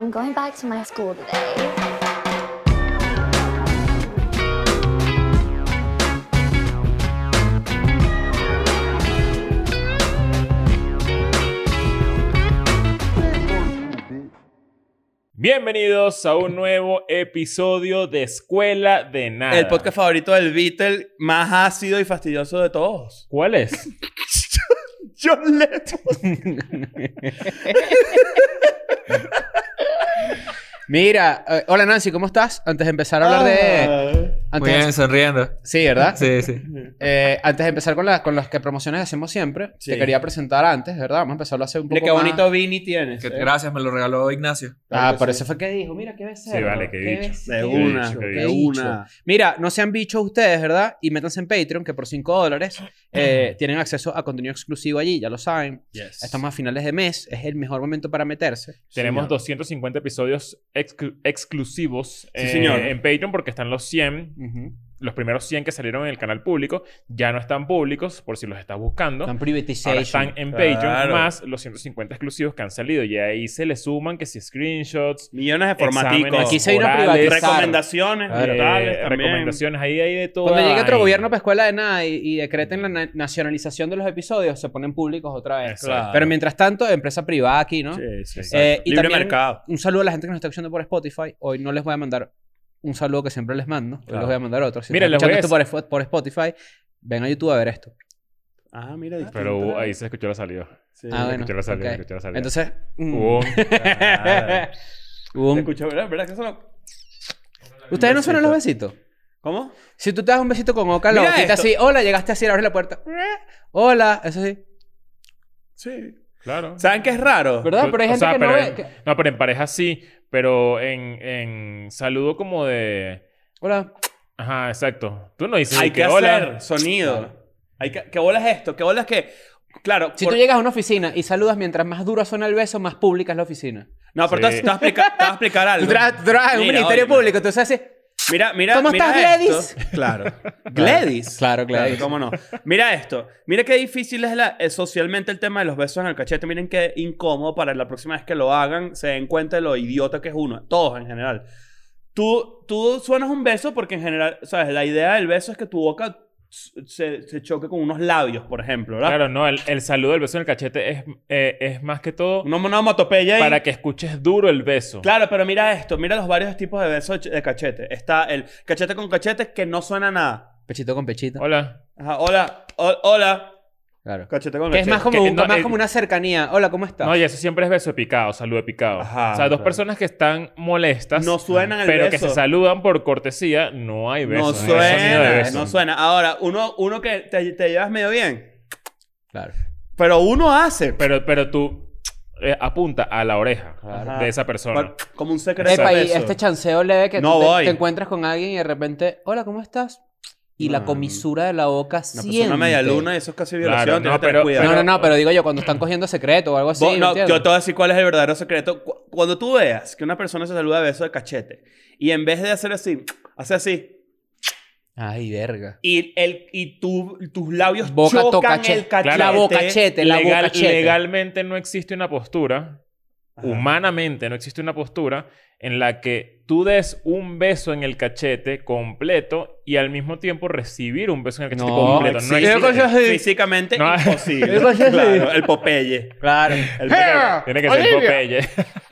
I'm going back to my school today. Bienvenidos a un nuevo episodio de Escuela de Nada. El podcast favorito del Beatle más ácido y fastidioso de todos. ¿Cuál es? John Lennon. Mira, eh, hola Nancy, ¿cómo estás? Antes de empezar a hablar Ah. de... Muy Antes, bien, sonriendo. Sí, ¿verdad? Sí, sí. Eh, antes de empezar con, la- con las que promociones hacemos siempre, Sí. te quería presentar antes, ¿verdad? Vamos a empezarlo hace un poco Mira qué más. bonito Vini tienes. Que- eh. Gracias, me lo regaló Ignacio. Ah, Claro que por sí. eso fue que dijo, mira, qué besero. Sí, vale, qué bicho. besero, De qué una, bicho, qué qué de bicho. una. Mira, no se han bicho ustedes, ¿verdad? Y métanse en Patreon, que por 5 dólares eh, tienen acceso a contenido exclusivo allí, ya lo saben. Yes. Estamos a finales de mes, es el mejor momento para meterse. Tenemos señor. 250 episodios exclu- exclusivos eh, señor. en Patreon porque están los 100, Ujú. los primeros 100 que salieron en el canal público. Ya no están públicos por si los estás buscando. Están Ahora privatization. están en Patreon Claro. más los 150 exclusivos que han salido y ahí se le suman que si screenshots, Millones de exámenes, formaticos. Aquí se vino a orales, privatizar. eh, Recomendaciones virtuales también. recomendaciones ahí hay de todo. Cuando llegue otro gobierno para pues, escuela de nada y, y decreten la na- nacionalización de los episodios, se ponen públicos otra vez. Exacto. Claro. Pero mientras tanto, empresa privada aquí, ¿no? Sí, sí, sí. Eh, y Libre también- mercado. Un saludo a la gente que nos está escuchando por Spotify. Hoy no les voy a mandar un saludo que siempre les mando. Hoy Claro. les voy a mandar otro. Si Mira, Mira, les voy escuchando a esto por, Sp- por Spotify, ven a YouTube a ver esto. Ah, mira. Pero distinto. hubo- ahí se escuchó la salida. Sí. Ah, bueno. escuché la salida, ok. escuché la salida. Entonces, mm, Hubo- Claro. hubo ¿Te un- escuchó, ¿verdad? ¿Verdad que eso no- ¿Ustedes no suenan los besitos? ¿Cómo? Si tú te das un besito con Oca, la Mira boquita esto. así. Hola, llegaste así, abres la puerta. Hola, eso sí. Sí. Claro. ¿Saben qué es raro? ¿Verdad? Tú- Pero hay o gente sea, que no pero ve. en- que- No, pero en pareja sí. Pero en, en saludo como de... Hola. Ajá, exacto. Tú no dices Hay que hola. hacer sonido. Hay que... ¿Qué bola es esto? ¿Qué bola es que...? Claro, Si por- tú llegas a una oficina y saludas mientras más duro suena el beso, más pública es la oficina. No, pero Sí. te, vas a explicar, te vas a explicar algo. Tú trabajas, tú trabajas en un Mira, ministerio oye, público, entonces haces... Mira, mira, ¿Cómo mira estás, esto. Claro. Gladys. Claro, Gladys. cómo no. Mira esto. Mira qué difícil es la- eh, socialmente el tema de los besos en el cachete. Miren qué incómodo para la próxima vez que lo hagan, se den cuenta de lo idiota que es uno. Todos en general. Tú, tú suenas un beso porque en general, ¿sabes? La idea del beso es que tu boca s- se, se choque con unos labios, por ejemplo, ¿verdad? Claro, no. El, el saludo, el beso en el cachete es, eh, es más que todo Una, una onomatopeya ahí. para que escuches duro el beso. Claro, pero mira esto. Mira los varios tipos de besos de ch- de cachete. Está el cachete con cachete que no suena nada. Pechito con pechito. Hola. Ajá, hola, hol- hola. Claro. Cachete con Que es cachete. más como, que- un- no, más eh, como una cercanía. Hola, ¿cómo estás? No, y eso siempre es beso de picado, saludo de picado. Ajá, o sea, dos claro. personas que están molestas, No suenan el pero beso. que se saludan por cortesía, no hay beso. No hay eh, sonido de suena, beso. no suena. Ahora, uno, uno que te, te llevas medio bien, Claro. pero uno hace. Pero, pero tú eh, apunta a la oreja Ajá. de esa persona. pa- Como un secreto. Epa, y beso. este chanceo leve que No tú te- voy. te, encuentras con alguien y de repente... Hola, ¿cómo estás? Y la No. comisura de la boca Una siente. persona media luna, eso es casi Claro, violación. tienes no, que tener pero- cuidado. No, no, no. Pero digo yo, cuando están cogiendo secreto o algo así. Vos- no, yo ¿entiendes? te voy a decir cuál es el verdadero secreto. Cu- Cuando tú veas que una persona se saluda de beso de cachete y en vez de hacer así, hace así. Ay, verga. Y, el, y tu- tus labios Boca chocan toca che- el cachete. La boca chete, la Legal- boca chete. Legalmente no existe una postura, Ajá. humanamente no existe una postura en la que tú des un beso en el cachete completo y al mismo tiempo recibir un beso en el cachete No, completo. No existe. existe. Físicamente No. imposible. Yo casi- Claro, el Popeye. Claro. El Tiene que ser Popeye.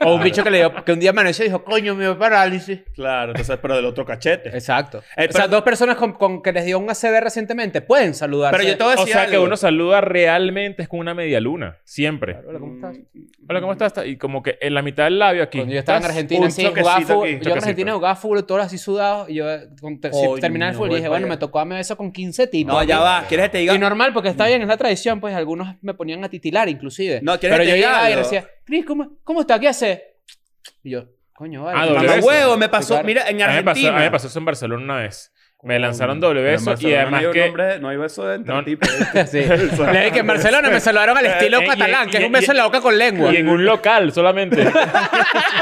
O un bicho que le dio, que un día amaneció y dijo, coño, me dio parálisis. Claro, entonces, pero del otro cachete. Exacto. Eh, o sea, pero- dos personas con, con que les dio un ACV recientemente pueden saludarse. Pero yo te voy a O decir sea que algo. uno saluda realmente es con una media luna, siempre. Hola, ¿cómo estás? Hola, ¿cómo estás? Y como que en la mitad del labio aquí. Cuando yo estaba en ¿Estás? Argentina, un sí, choquecito jugaba aquí. fútbol. Yo en Choquecito. Argentina jugaba fútbol, todos así sudados. Y yo eh, con- te- Coño, si terminaba el fútbol y dije, voy bueno, para me allá. tocó a mí eso con 15 tipos. No, ya va. ¿Quieres que te diga? Y normal, porque está bien, es la tradición, pues algunos me ponían a titilar inclusive. No, ¿quieres Pero que yo te diga llegaba y algo? decía, Cris, ¿cómo, ¿cómo está? ¿Qué hace? Y yo, coño, vale. Ah, qué doble mal". Mamá beso. huevo, me pasó. Claro. Mira, en A mí, me pasó, a mí Argentina. me pasó eso en Barcelona una vez. Me lanzaron doble beso y En Barcelona además no hay que... nombre- no hay beso de entre No. tipos. Sí. Le dije que en Barcelona me saludaron al estilo Eh, y- catalán, que y- es un y- beso en la boca con lengua. Y en un local solamente.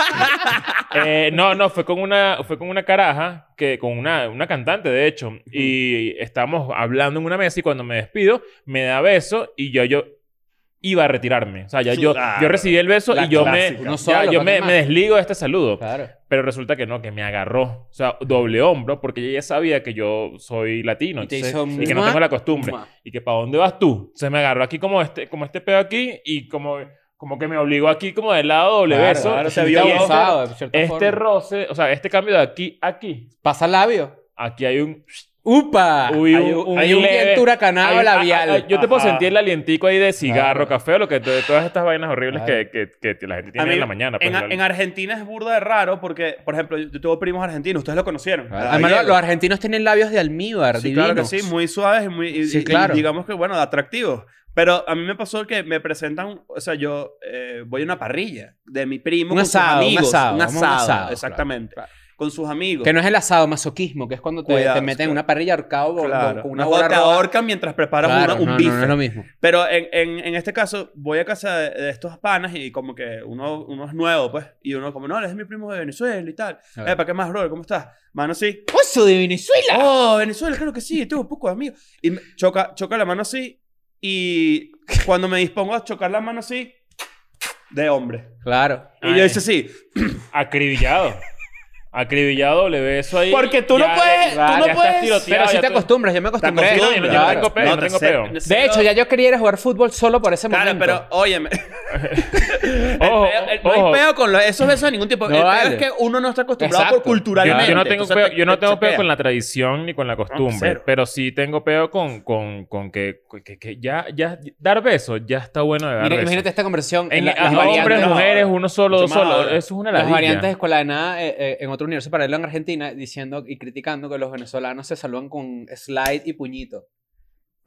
Eh, no, no, fue con una, fue con una caraja, que, con una, una cantante, de hecho. Y estábamos hablando en una mesa y cuando me despido, me da beso y yo, yo. iba a retirarme. O sea, ya yo, Claro. yo recibí el beso La y yo clásica. me, Uno ya, solo, yo ¿para me, me qué más? desligo de este saludo. Claro. Pero resulta que no, que me agarró. O sea, doble hombro, porque ella ya sabía que yo soy latino. Y te entonces- hizo un y que no mua, tengo la costumbre. mua. Y que, ¿para dónde vas tú? Se me agarró aquí como este, como este pedo aquí y como, como que me obligó aquí como de lado doble Claro, beso. claro, se Y vio este- abusado, de cierta Este forma. roce, o sea, este cambio de aquí a aquí, Pasa labio. aquí hay un... ¡Upa! Uy, hay un- hay un viento huracanado hay- labial. a- a- ah, yo te puedo Ajá. sentir el alientico ahí de cigarro, Claro. café, o lo que de todas estas vainas horribles Claro. que, que- que la gente A tiene mí, en la mañana. pues, en, la- en Argentina es burda de raro porque, por ejemplo, yo, yo tengo primos argentinos, ustedes lo conocieron. Claro. A Además, lo- Diego. los, argentinos tienen labios de almíbar, Sí, divinos. claro que sí, muy suaves y muy, y- Sí, y- claro. y digamos que, bueno, atractivos. Pero a mí me pasó que me presentan, o sea, yo eh, voy a una parrilla de mi primo Un con asado, sus un amigos. asado, vamos a un asado, claro. exactamente. Con sus amigos. Que no es el asado masoquismo, que es cuando te, Cuidado, te meten en claro. una parrilla ahorcado bo- Claro. bo- con una No, bola te roja. ahorcan mientras preparas Claro, una- un no, no, bife. no es lo mismo. Pero en, en, en este caso, voy a casa de, de estos panas y como que uno, uno es nuevo, pues. Y uno como, no, él es mi primo de Venezuela y tal. Claro. Eh, ¿para qué más, brother? ¿Cómo estás? Mano, sí. ¡Oso de Venezuela! Oh, Venezuela, claro que sí, tengo un poco de amigos. Y me- choca, choca la mano así. Y cuando me dispongo a chocar la mano así, de hombre. Claro. Y Ay. yo hice así. Acribillado. Acribillado, doble beso ahí. Porque tú no puedes- tú no ya estás puedes- tiroteado, Pero si ya te tú- acostumbras, yo me "Te acostumbré. acostumbras". no, yo Claro. tengo peo, no te tengo sé- peo. te sé- De hecho, ya yo quería ir a jugar fútbol solo por ese Claro, momento. pero óyeme. Ojo, El peo- el- no hay ojo. peo con los, esos besos de ningún tipo. No el peo vale. es que uno no está acostumbrado Exacto. por Yo, culturalmente. yo no tengo Entonces peo, te- yo no te tengo peo choquea. con la tradición ni con la costumbre, cero. pero sí tengo peo con, con, con que, que- que ya, ya dar besos ya está bueno de dar Mira, besos. imagínate esta conversión. En- la- a hombres, variantes- mujeres, uno solo, dos Mucho más solo. ahora. Eso es una Las ladilla. variantes de escuela de nada eh, eh, en otro universo paralelo en Argentina diciendo y criticando que los venezolanos se saludan con slide y puñito.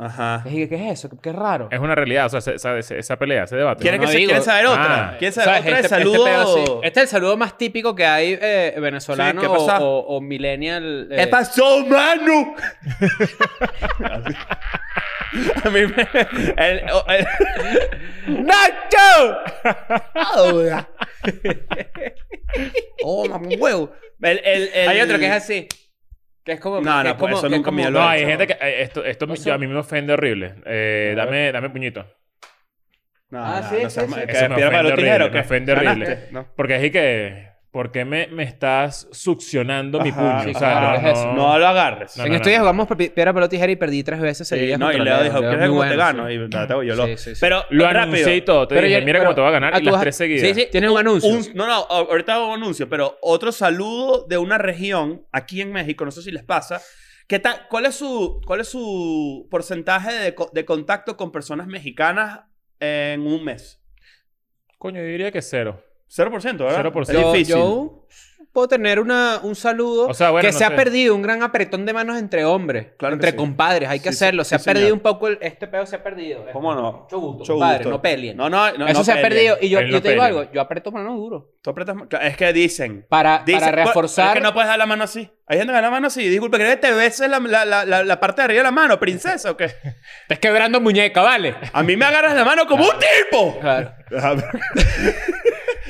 Ajá. Es que, ¿Qué es eso? ¿Qué, qué raro. Es una realidad, o sea, esa, esa- esa- esa pelea, ese debate. ¿Quieres no que se, digo. ¿quieres saber otra? Ah. ¿Quieres ¿Sabes? saber otra? de Este, este saludo. pedo, sí. Este es el saludo más típico que hay eh, venezolano Sí, ¿qué o, pasa? o- o millennial. eh, ¿Qué pasó, Manu? A mí me... el- o- el- ¡Nacho! Ahora. oh, mamá, huevo. El- el- el- Hay otro que es así. Que es como. No, que no, es pues eso que es nunca me No, lo he hay hecho. gente que... eh, Esto, esto me- yo- a mí me ofende horrible. Eh, A dame, dame puñito. No, Ah, no, sí, no sí, seas sí. ma- que Eso me despierta para ofende los tijeros, horrible, me ¿qué? ofende horrible. Ganaste, ¿no? Porque es que... ¿Por qué me, me estás succionando mi Ajá, puño? sí, o sea, claro, no, es eso. no- No lo agarres. No, en no, estudios no. jugamos pi- piedra, pelota y tijera y perdí tres veces Sí, seguidas. no, y contra Leo Leo. dijo, Leo es ¿quieres que muy te bueno, gano? sí. Y nada, te voy yo Sí, loco. sí, sí. Pero Lo rápido. anuncié y todo. Te Pero dije, yo- mira pero- cómo te va a ganar. ah, y tú las vas- tres seguidas. Sí, sí, tienes un anuncio. Un- no, no, a- ahorita hago un anuncio, pero otro saludo de una región aquí en México, no sé si les pasa. ¿Qué tal, ¿Cuál es su, cuál es su porcentaje de, co- de contacto con personas mexicanas en un mes? Coño, yo diría que cero. 0%, ¿verdad? 0%. Es Yo, difícil. yo puedo tener una, un saludo O sea, bueno, que no se sé. ha perdido un gran apretón de manos entre hombres, Claro que entre sí. compadres, hay que Sí, sí, hacerlo. sí, se ha señor. perdido un poco el- este pedo, se ha perdido. ¿Cómo no? Mucho gusto, Mucho compadre, gusto. no peleen. No, no, no. Eso no se ha peleen. perdido. Y yo, Él yo no te digo peleen. algo, yo aprieto manos duro. Tú aprietas ma- claro, Es que dicen. Para, dicen- para pues, reforzar. Es que no puedes dar la mano así. Hay gente que da la mano así. Disculpe, ¿crees que te beses la, la, la, la- la parte de arriba de la mano, princesa o qué? Estás quebrando muñeca, ¿vale? A mí me agarras la mano como un tipo. Claro.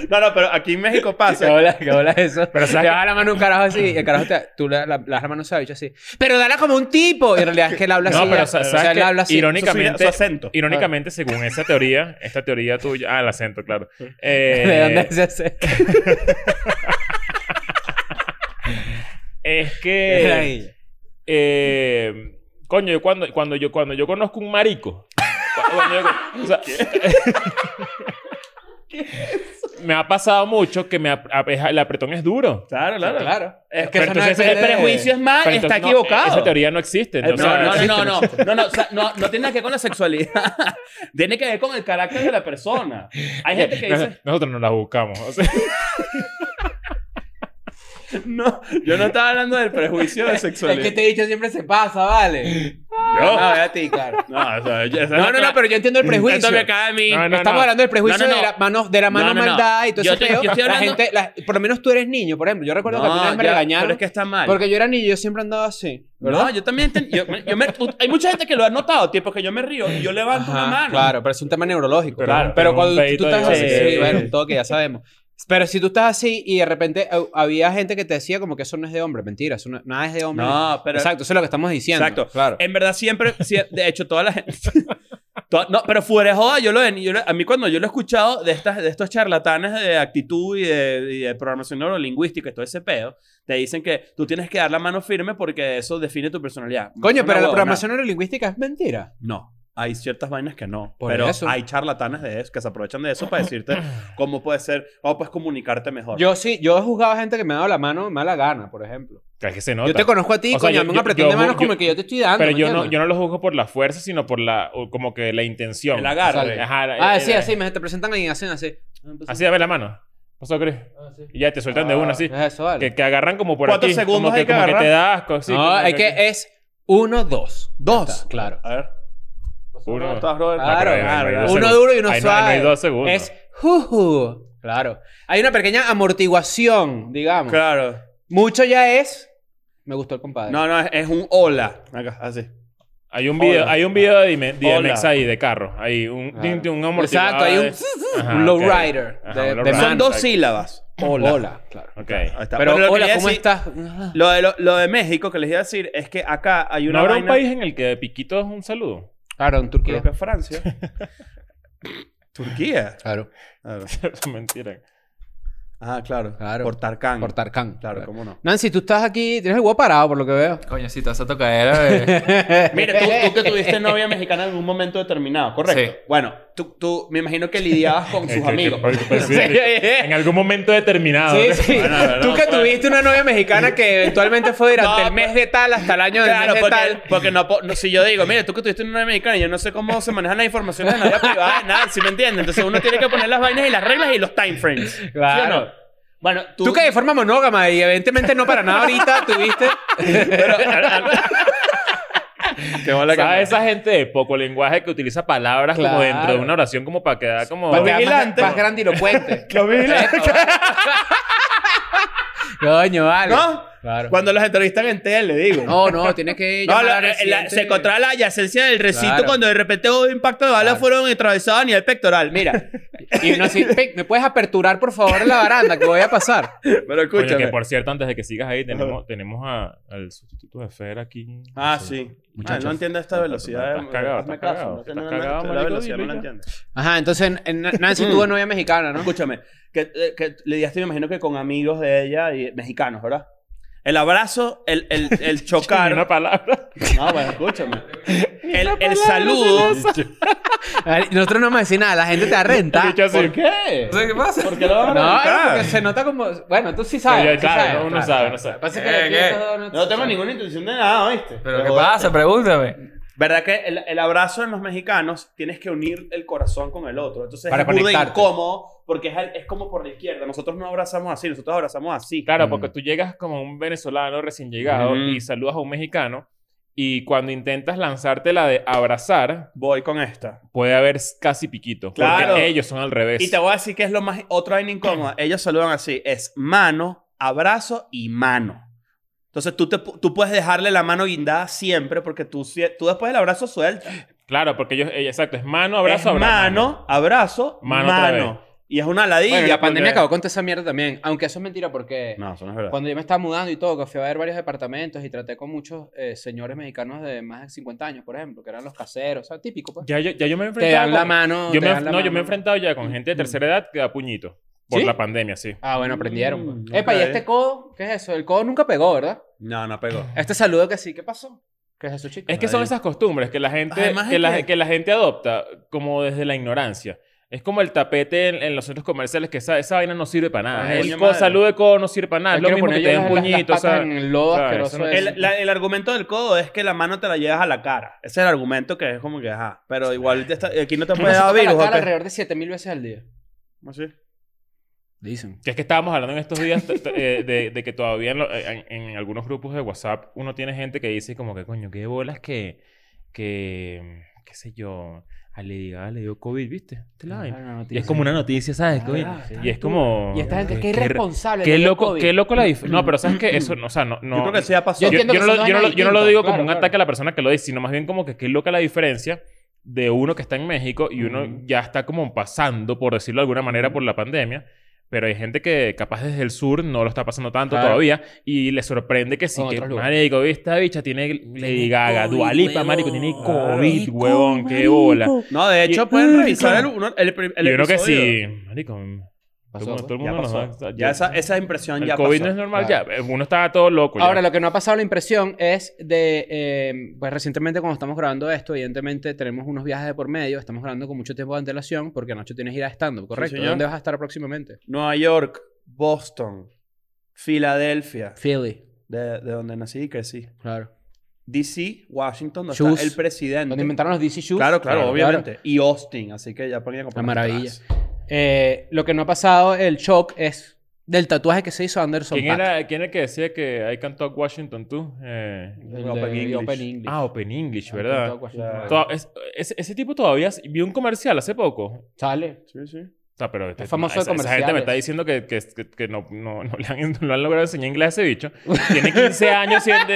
No, no, pero aquí en México ¿Qué pasa. bola, qué bola eso? Pero, ¿sabes le qué? das la mano a un carajo así y el carajo te, tú le, das la- le das la mano a ese bicho así. Pero dala como un tipo. Y en realidad es que él habla No, así. pero o sea, sa- sabes él que habla así. irónicamente, Su- su acento. Ah. irónicamente según esa teoría, esta teoría tuya, ah, el acento, claro. Eh, ¿De dónde se hace? Es que, eh, coño, yo cuando, cuando yo cuando yo conozco un marico, cu- cuando yo- o sea, me ha pasado mucho que me ap- ap- es- el apretón es duro. Claro, claro. Claro. Es Pero que eso no entonces es- eh, el ese- prejuicio es mal, Pero está entonces no, equivocado. esa teoría no existe. Eh, entonces, no, no, existe, no, no, no, no, no, o sea, no, no tiene nada que ver con la sexualidad. tiene que ver con el carácter de la persona. Hay gente que dice, Nosotros nos la buscamos. o sea. no, yo no estaba hablando del prejuicio de Es sexualidad. que este bicho siempre se pasa, ¿vale? Yo. No, ve a ti, claro. Oh. No, o sea, yo- esa No, no, no, pero yo entiendo el prejuicio. Esto me cae a mí. No, no, Estamos hablando del prejuicio No, no, de no. la mano, de la mano No, no, no. maldad y todo Yo ese te- yo pedo. estoy La hablando- gente, la- por lo menos tú eres niño, por ejemplo. Yo recuerdo que No, alguna vez me ya, regañaron Pero es que está mal. porque yo era niño y yo siempre andaba así. ¿verdad? No, yo también. ten- yo me- yo me- hay mucha gente que lo ha notado, tipo que yo me río y yo levanto Ajá, una mano. Claro, pero es un tema neurológico. Pero- Claro, pero Pero, un cuando tú pedito estás de así, Dios, sí, sí. bueno, un toque, ya sabemos. Pero si tú estás así y de repente eh, había gente que te decía como que eso no es de hombre, mentira, eso no- nada es de hombre. No, pero. Eh, Exacto, eso es lo que estamos diciendo. Exacto. claro. En verdad, siempre. si- de hecho, toda la gente. To- No, pero fuera de joda, yo lo, he- yo lo- a mí cuando yo lo he escuchado de, estas, de estos charlatanes de actitud y de, y de programación neurolingüística y todo ese pedo, te dicen que tú tienes que dar la mano firme porque eso define tu personalidad. Coño, Una pero la huevonada. programación neurolingüística es mentira. No. Hay ciertas vainas que no. Por pero eso. hay charlatanes de eso que se aprovechan de eso para decirte cómo puedes ser, cómo puedes comunicarte mejor. Yo sí, yo he juzgado a gente que me ha dado la mano de mala gana, por ejemplo. Es que se nota. Yo te conozco a ti, O sea, coño, yo- dame un yo- apretón yo de manos ju- como yo- el que yo te estoy dando. Pero ¿me yo no, entiendes? yo no lo juzgo por la fuerza, sino por la, o como que la intención. el agarre. Sale. Ajá, Ah, eh, sí, eh, así, me te presentan y hacen así. Así, a ver la mano. ¿Pasó, Chris? Ah, sí. Y ya te sueltan de Ah, una así. Eso, vale. Que, que agarran como por ¿Cuántos aquí. segundos como que, hay que como que te agarrar? da asco. sí, no, como es que es uno, dos. Dos. Claro. A ver. Uno. ¿Cómo estás, brother? Claro, pero ahí no hay claro. dos Uno segundos. duro y uno Ahí no hay- no hay suave. dos segundos. Es juju. Claro. Hay una pequeña amortiguación, digamos. Claro. Mucho ya es. Me gustó el compadre. No, no, es, es un hola. Acá, así. Hay un video, Hola. hay un video de Dime- DMX Hola. ahí de carro. Hay un, Claro. tin- tin- un amortiguado Exacto, hay un, de- Ajá, un low ok. rider. Ajá, de, un low de rider. mano. Son dos exacto. sílabas. Hola. claro. Ok. Ahí está. Pero, lo que hola, quería ¿cómo decir- estás? Lo de, lo, lo de México que les iba a decir es que acá hay ¿No una habrá vaina... un país en el que Piquito es un saludo? Claro, en Turquía. Creo que es Francia. Turquía. Claro. Ah, Mentira. Ah, claro. Claro. Por Tarkan. Por Tarkan. Claro, cómo no. Nancy, tú estás aquí, tienes el huevo parado por lo que veo. Coño, si te vas a tocar. Mira, tú, tú que tuviste novia mexicana en algún momento determinado, ¿correcto? Sí. Bueno, tú, tú me imagino que pues, lidiabas con sus Eh, amigos. eh, eh, sí, En algún momento determinado. Sí, sí. Bueno, bueno, Tú que bueno. tuviste una novia mexicana que eventualmente fue durante No, el mes de tal hasta el año del Claro, mes de porque, tal. porque no, po- no, si yo digo, mira, tú que tuviste una novia mexicana, yo no sé cómo se manejan las informaciones de la vida privada, de nada, ¿sí me entiendes? Entonces uno tiene que poner las vainas y las reglas y los timeframes. ¿Sí o Claro. no? Bueno, tú... Tú, que de forma monógama y evidentemente no para nada ahorita tuviste. Qué bola que ¿Sabes? Esa gente de poco lenguaje que utiliza palabras como Claro. dentro de una oración como para quedar como... Para quedar más, vigilante. más grandilocuente. me- Los vigilantes. Coño, vale. ¿No? Claro. Cuando los entrevistan en tele, digo. No, no, eh, tienes que. No, llamar la- al la- residente. se encontraba la yacencia del recinto Claro. cuando de repente hubo impacto de bala Claro. fueron atravesados a nivel pectoral. Mira. Y uno así, "Pic, ¿me puedes aperturar por favor la baranda que voy a pasar? Pero Coño, escúchame. que por cierto, antes de que sigas ahí, tenemos, tenemos a- al sustituto de Fer aquí. Ah, sí. Ah, Muchachos. no entiendo esta velocidad. Estás cagado, Hazme estás caso, cagado, no estás entiendo cagado, nada, La marico, velocidad no dile la ya. entiendo. Ajá, entonces en- en- Nancy tuvo novia mexicana, ¿no? Escúchame, que, eh, que lidiaste, me imagino que con amigos de ella y mexicanos, ¿verdad? El abrazo, el, el, el Ni una chocar. palabra. no, bueno, escúchame. El, el saludo. Ay, Nosotros no vamos a decir nada, la gente te va a rentar. Dicho así. Ah, qué? ¿Qué pasa? ¿Por qué lo van No, a eh. es arrancar? porque se nota como. Bueno, tú sí sabes. Oye, tú claro, sabes, uno sabe, uno sabe. Lo que pasa es ¿Qué, que qué? aquí estos dos No tengo saben. ninguna intención de nada, ¿oíste? ¿Pero Te qué jodas. pasa? Pregúntame. ¿Verdad que el, el abrazo en los mexicanos tienes que unir el corazón con el otro? Entonces Para es burda conectarte. incómodo porque es, al- es como por la izquierda. Nosotros no abrazamos así, nosotros abrazamos así. Claro, Mm. porque tú llegas como un venezolano recién llegado Ujú. y saludas a un mexicano y cuando intentas lanzarte la de abrazar, Voy con esta. puede haber casi piquito. Claro. Porque ellos son al revés. Y te voy a decir que es lo más... Otra vaina incómoda. Ellos saludan así. Es mano, abrazo y mano. Entonces tú, te, pu- tú puedes dejarle la mano guindada siempre porque tú, sie- tú después del abrazo sueltas. Claro, porque ellos, ella- exacto, es mano, abrazo, es abrazo. mano, abrazo, Mano mano. otra vez. Y es una ladilla. Bueno, la pandemia porque- acabó con toda esa mierda también. Aunque eso es mentira porque. No, eso no es verdad. Cuando yo me estaba mudando y todo, que fui a ver varios departamentos y traté con muchos eh, señores mexicanos de más de 50 años, por ejemplo, que eran los caseros, o sea, típico, pues. Ya yo, ya yo me he enfrentado. Te dan la con- mano. yo te me, dan la no, yo me he mano. enfrentado ya con gente de tercera edad que da puñito. Por ¿Sí? la pandemia, sí. Ah, bueno, aprendieron. pues. Mm, Epa, ok. ¿y este codo? ¿Qué es eso? El codo nunca pegó, ¿verdad? No, no pegó. Este saludo que sí, ¿qué pasó? ¿Qué es eso, chico? Es que son esas costumbres que la gente, Además es que la, que- que la gente adopta como desde la ignorancia. Es como el tapete en, en los centros comerciales, que esa, esa vaina no sirve para nada. Coño, el co- madre. saludo de codo no sirve para nada. Yo Es lo quiero mismo que poner te yo den las- las puñito. o sea, patas en el lodo o sea, asqueroso eso no- ese. El, la- el argumento del codo es que la mano te la llevas a la cara. Ese es el argumento que es como que, ajá. Pero igual te está- aquí no te Me puede dar toca la virus. ¿o cara pues. qué? alrededor de 7000 veces al día. ¿Cómo así? Dicen. Que es que estábamos hablando en estos días t- t- eh, de, de que todavía en, lo- eh, en- en algunos grupos de WhatsApp uno tiene gente que dice como que coño, qué bolas que, que qué sé yo, a Lady Gaga le dio COVID, ¿viste? Esta es la Ah, vaina. Y es como una noticia, ¿sabes? Coño? y es como... Y esta gente, qué re- irresponsable. Qué le dio loco, COVID. qué loco la diferencia. No, pero ¿sabes que Eso, no, o sea, no... no Yo creo que eso ya pasó. yo, entiendo yo que no son lo, yo no vainas lo- yo no lo distintas, digo como claro, un claro. ataque a la persona que lo dice, sino más bien como que qué loca la diferencia de uno que está en México y uno Ujú. ya está como pasando, por decirlo de alguna manera, por la pandemia. Pero hay gente que capaz desde el sur no lo está pasando tanto Claro. todavía y le sorprende que sí, Con que otros lugares. marico, esta bicha tiene Lady Tiene Gaga, COVID, Dualipa, huevón. marico, tiene Claro. COVID, Tiene huevón, qué COVID, bola. marico. No, de hecho, Y- pueden Ah, revisar el, claro. uno, el, prim- el y uno que episodio. sí, marico, todo el mundo- Pasó, pues? todo el Ya mundo nos da- pasó. Ya esa, esa impresión el ya COVID pasó. no es normal, Claro. ya. Uno está todo loco. ya. Ahora, lo que no ha pasado la impresión es de, eh, pues recientemente cuando estamos grabando esto, evidentemente tenemos unos viajes de por medio, estamos grabando con mucho tiempo de antelación porque anoche tienes ir a stand-up, ¿correcto? señor. ¿Dónde vas a estar próximamente? Nueva York, Boston, Filadelfia, Philly, de, de donde nací y crecí. claro. DC, Washington, donde Shoes. está el presidente. Donde inventaron los DC Shoes. Claro, claro, Claro, obviamente. Y Austin, así que ya ponía a comprar. La maravilla. las entradas. Eh, lo que no ha pasado, el shock, es del tatuaje que se hizo Anderson ¿Quién Paak. era, ¿Quién era el que decía que I can talk Washington too? Eh, El Open de English. Open English. ah, Open English, Tanto ¿verdad? agua, Ya. tanto agua. Toda- es- ese, ese tipo todavía... Vi un comercial hace poco. Sale. Sí, sí. O sea, pero este- famoso de esa, esa gente me comerciales. está diciendo que, que, que- que no, no, no le han, no han logrado enseñar inglés a ese bicho. Tiene 15 años siendo,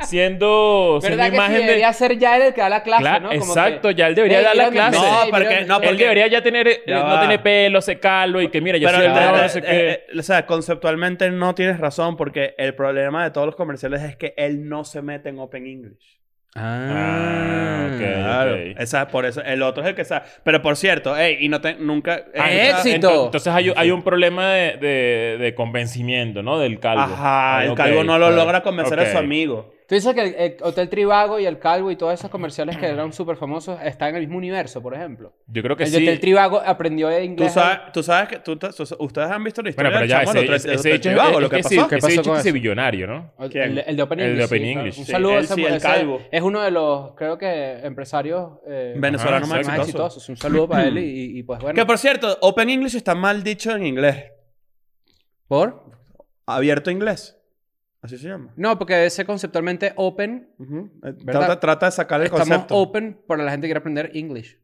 siendo, siendo ¿Verdad que sí, imagen de... debería ser ya él el que da la clase, Cla- ¿no? Como exacto, que- ya él debería Ey, dar la mira, clase. mira, No, mira, porque- mira, no, mira. Él debería ya tener... eh, Ya no va. tener pelo, se calvo y que mira, yo Pero, soy el de- mejor, de- no sé de- qué. eh, o sea, conceptualmente no tienes razón porque el problema de todos los comerciales es que él no se mete en Open English. Ah, ok, Claro. ok. Esa, por eso, el otro es el que sabe. Pero por cierto, ey, y no te, nunca. eh, Ah, ey, entonces- ¡Éxito! ento- Entonces hay, hay un problema de, de- de convencimiento, ¿no? Del calvo. Ajá, Ah, el ok, calvo no lo claro. logra convencer Ok. a su amigo. Tú dices que el, el Hotel Tribago y el Calvo y todos esos comerciales que eran súper famosos están en el mismo universo, por ejemplo. Yo creo que el sí. Hotel Tribago aprendió de Tú inglés. sabes, tú sabes que tú, tú- ustedes han visto la historia Bueno, pero del ya, chamo, el ese, otro- ese, el ese otro bicho chivago, es lo que que sí, pasó. ¿Qué ese pasó bicho con que sí eso? Ah, billonario, ¿no? El, ¿Quién? el, el de Open El de English. Open claro. English, Un sí. saludo a Él ese, sí, el ese- calvo. Es uno de los, creo que, empresarios eh, Venezolano Ajá, más más exitoso. exitoso. exitosos. Un saludo para él y, y- y, pues bueno. Que por cierto, Open English está mal dicho en inglés. ¿Por? Abierto inglés. Así se llama. No, porque ese conceptualmente open Ujú. Eh, ¿Verdad? Trata, trata de sacar el Estamos concepto. open para la gente que quiere aprender English.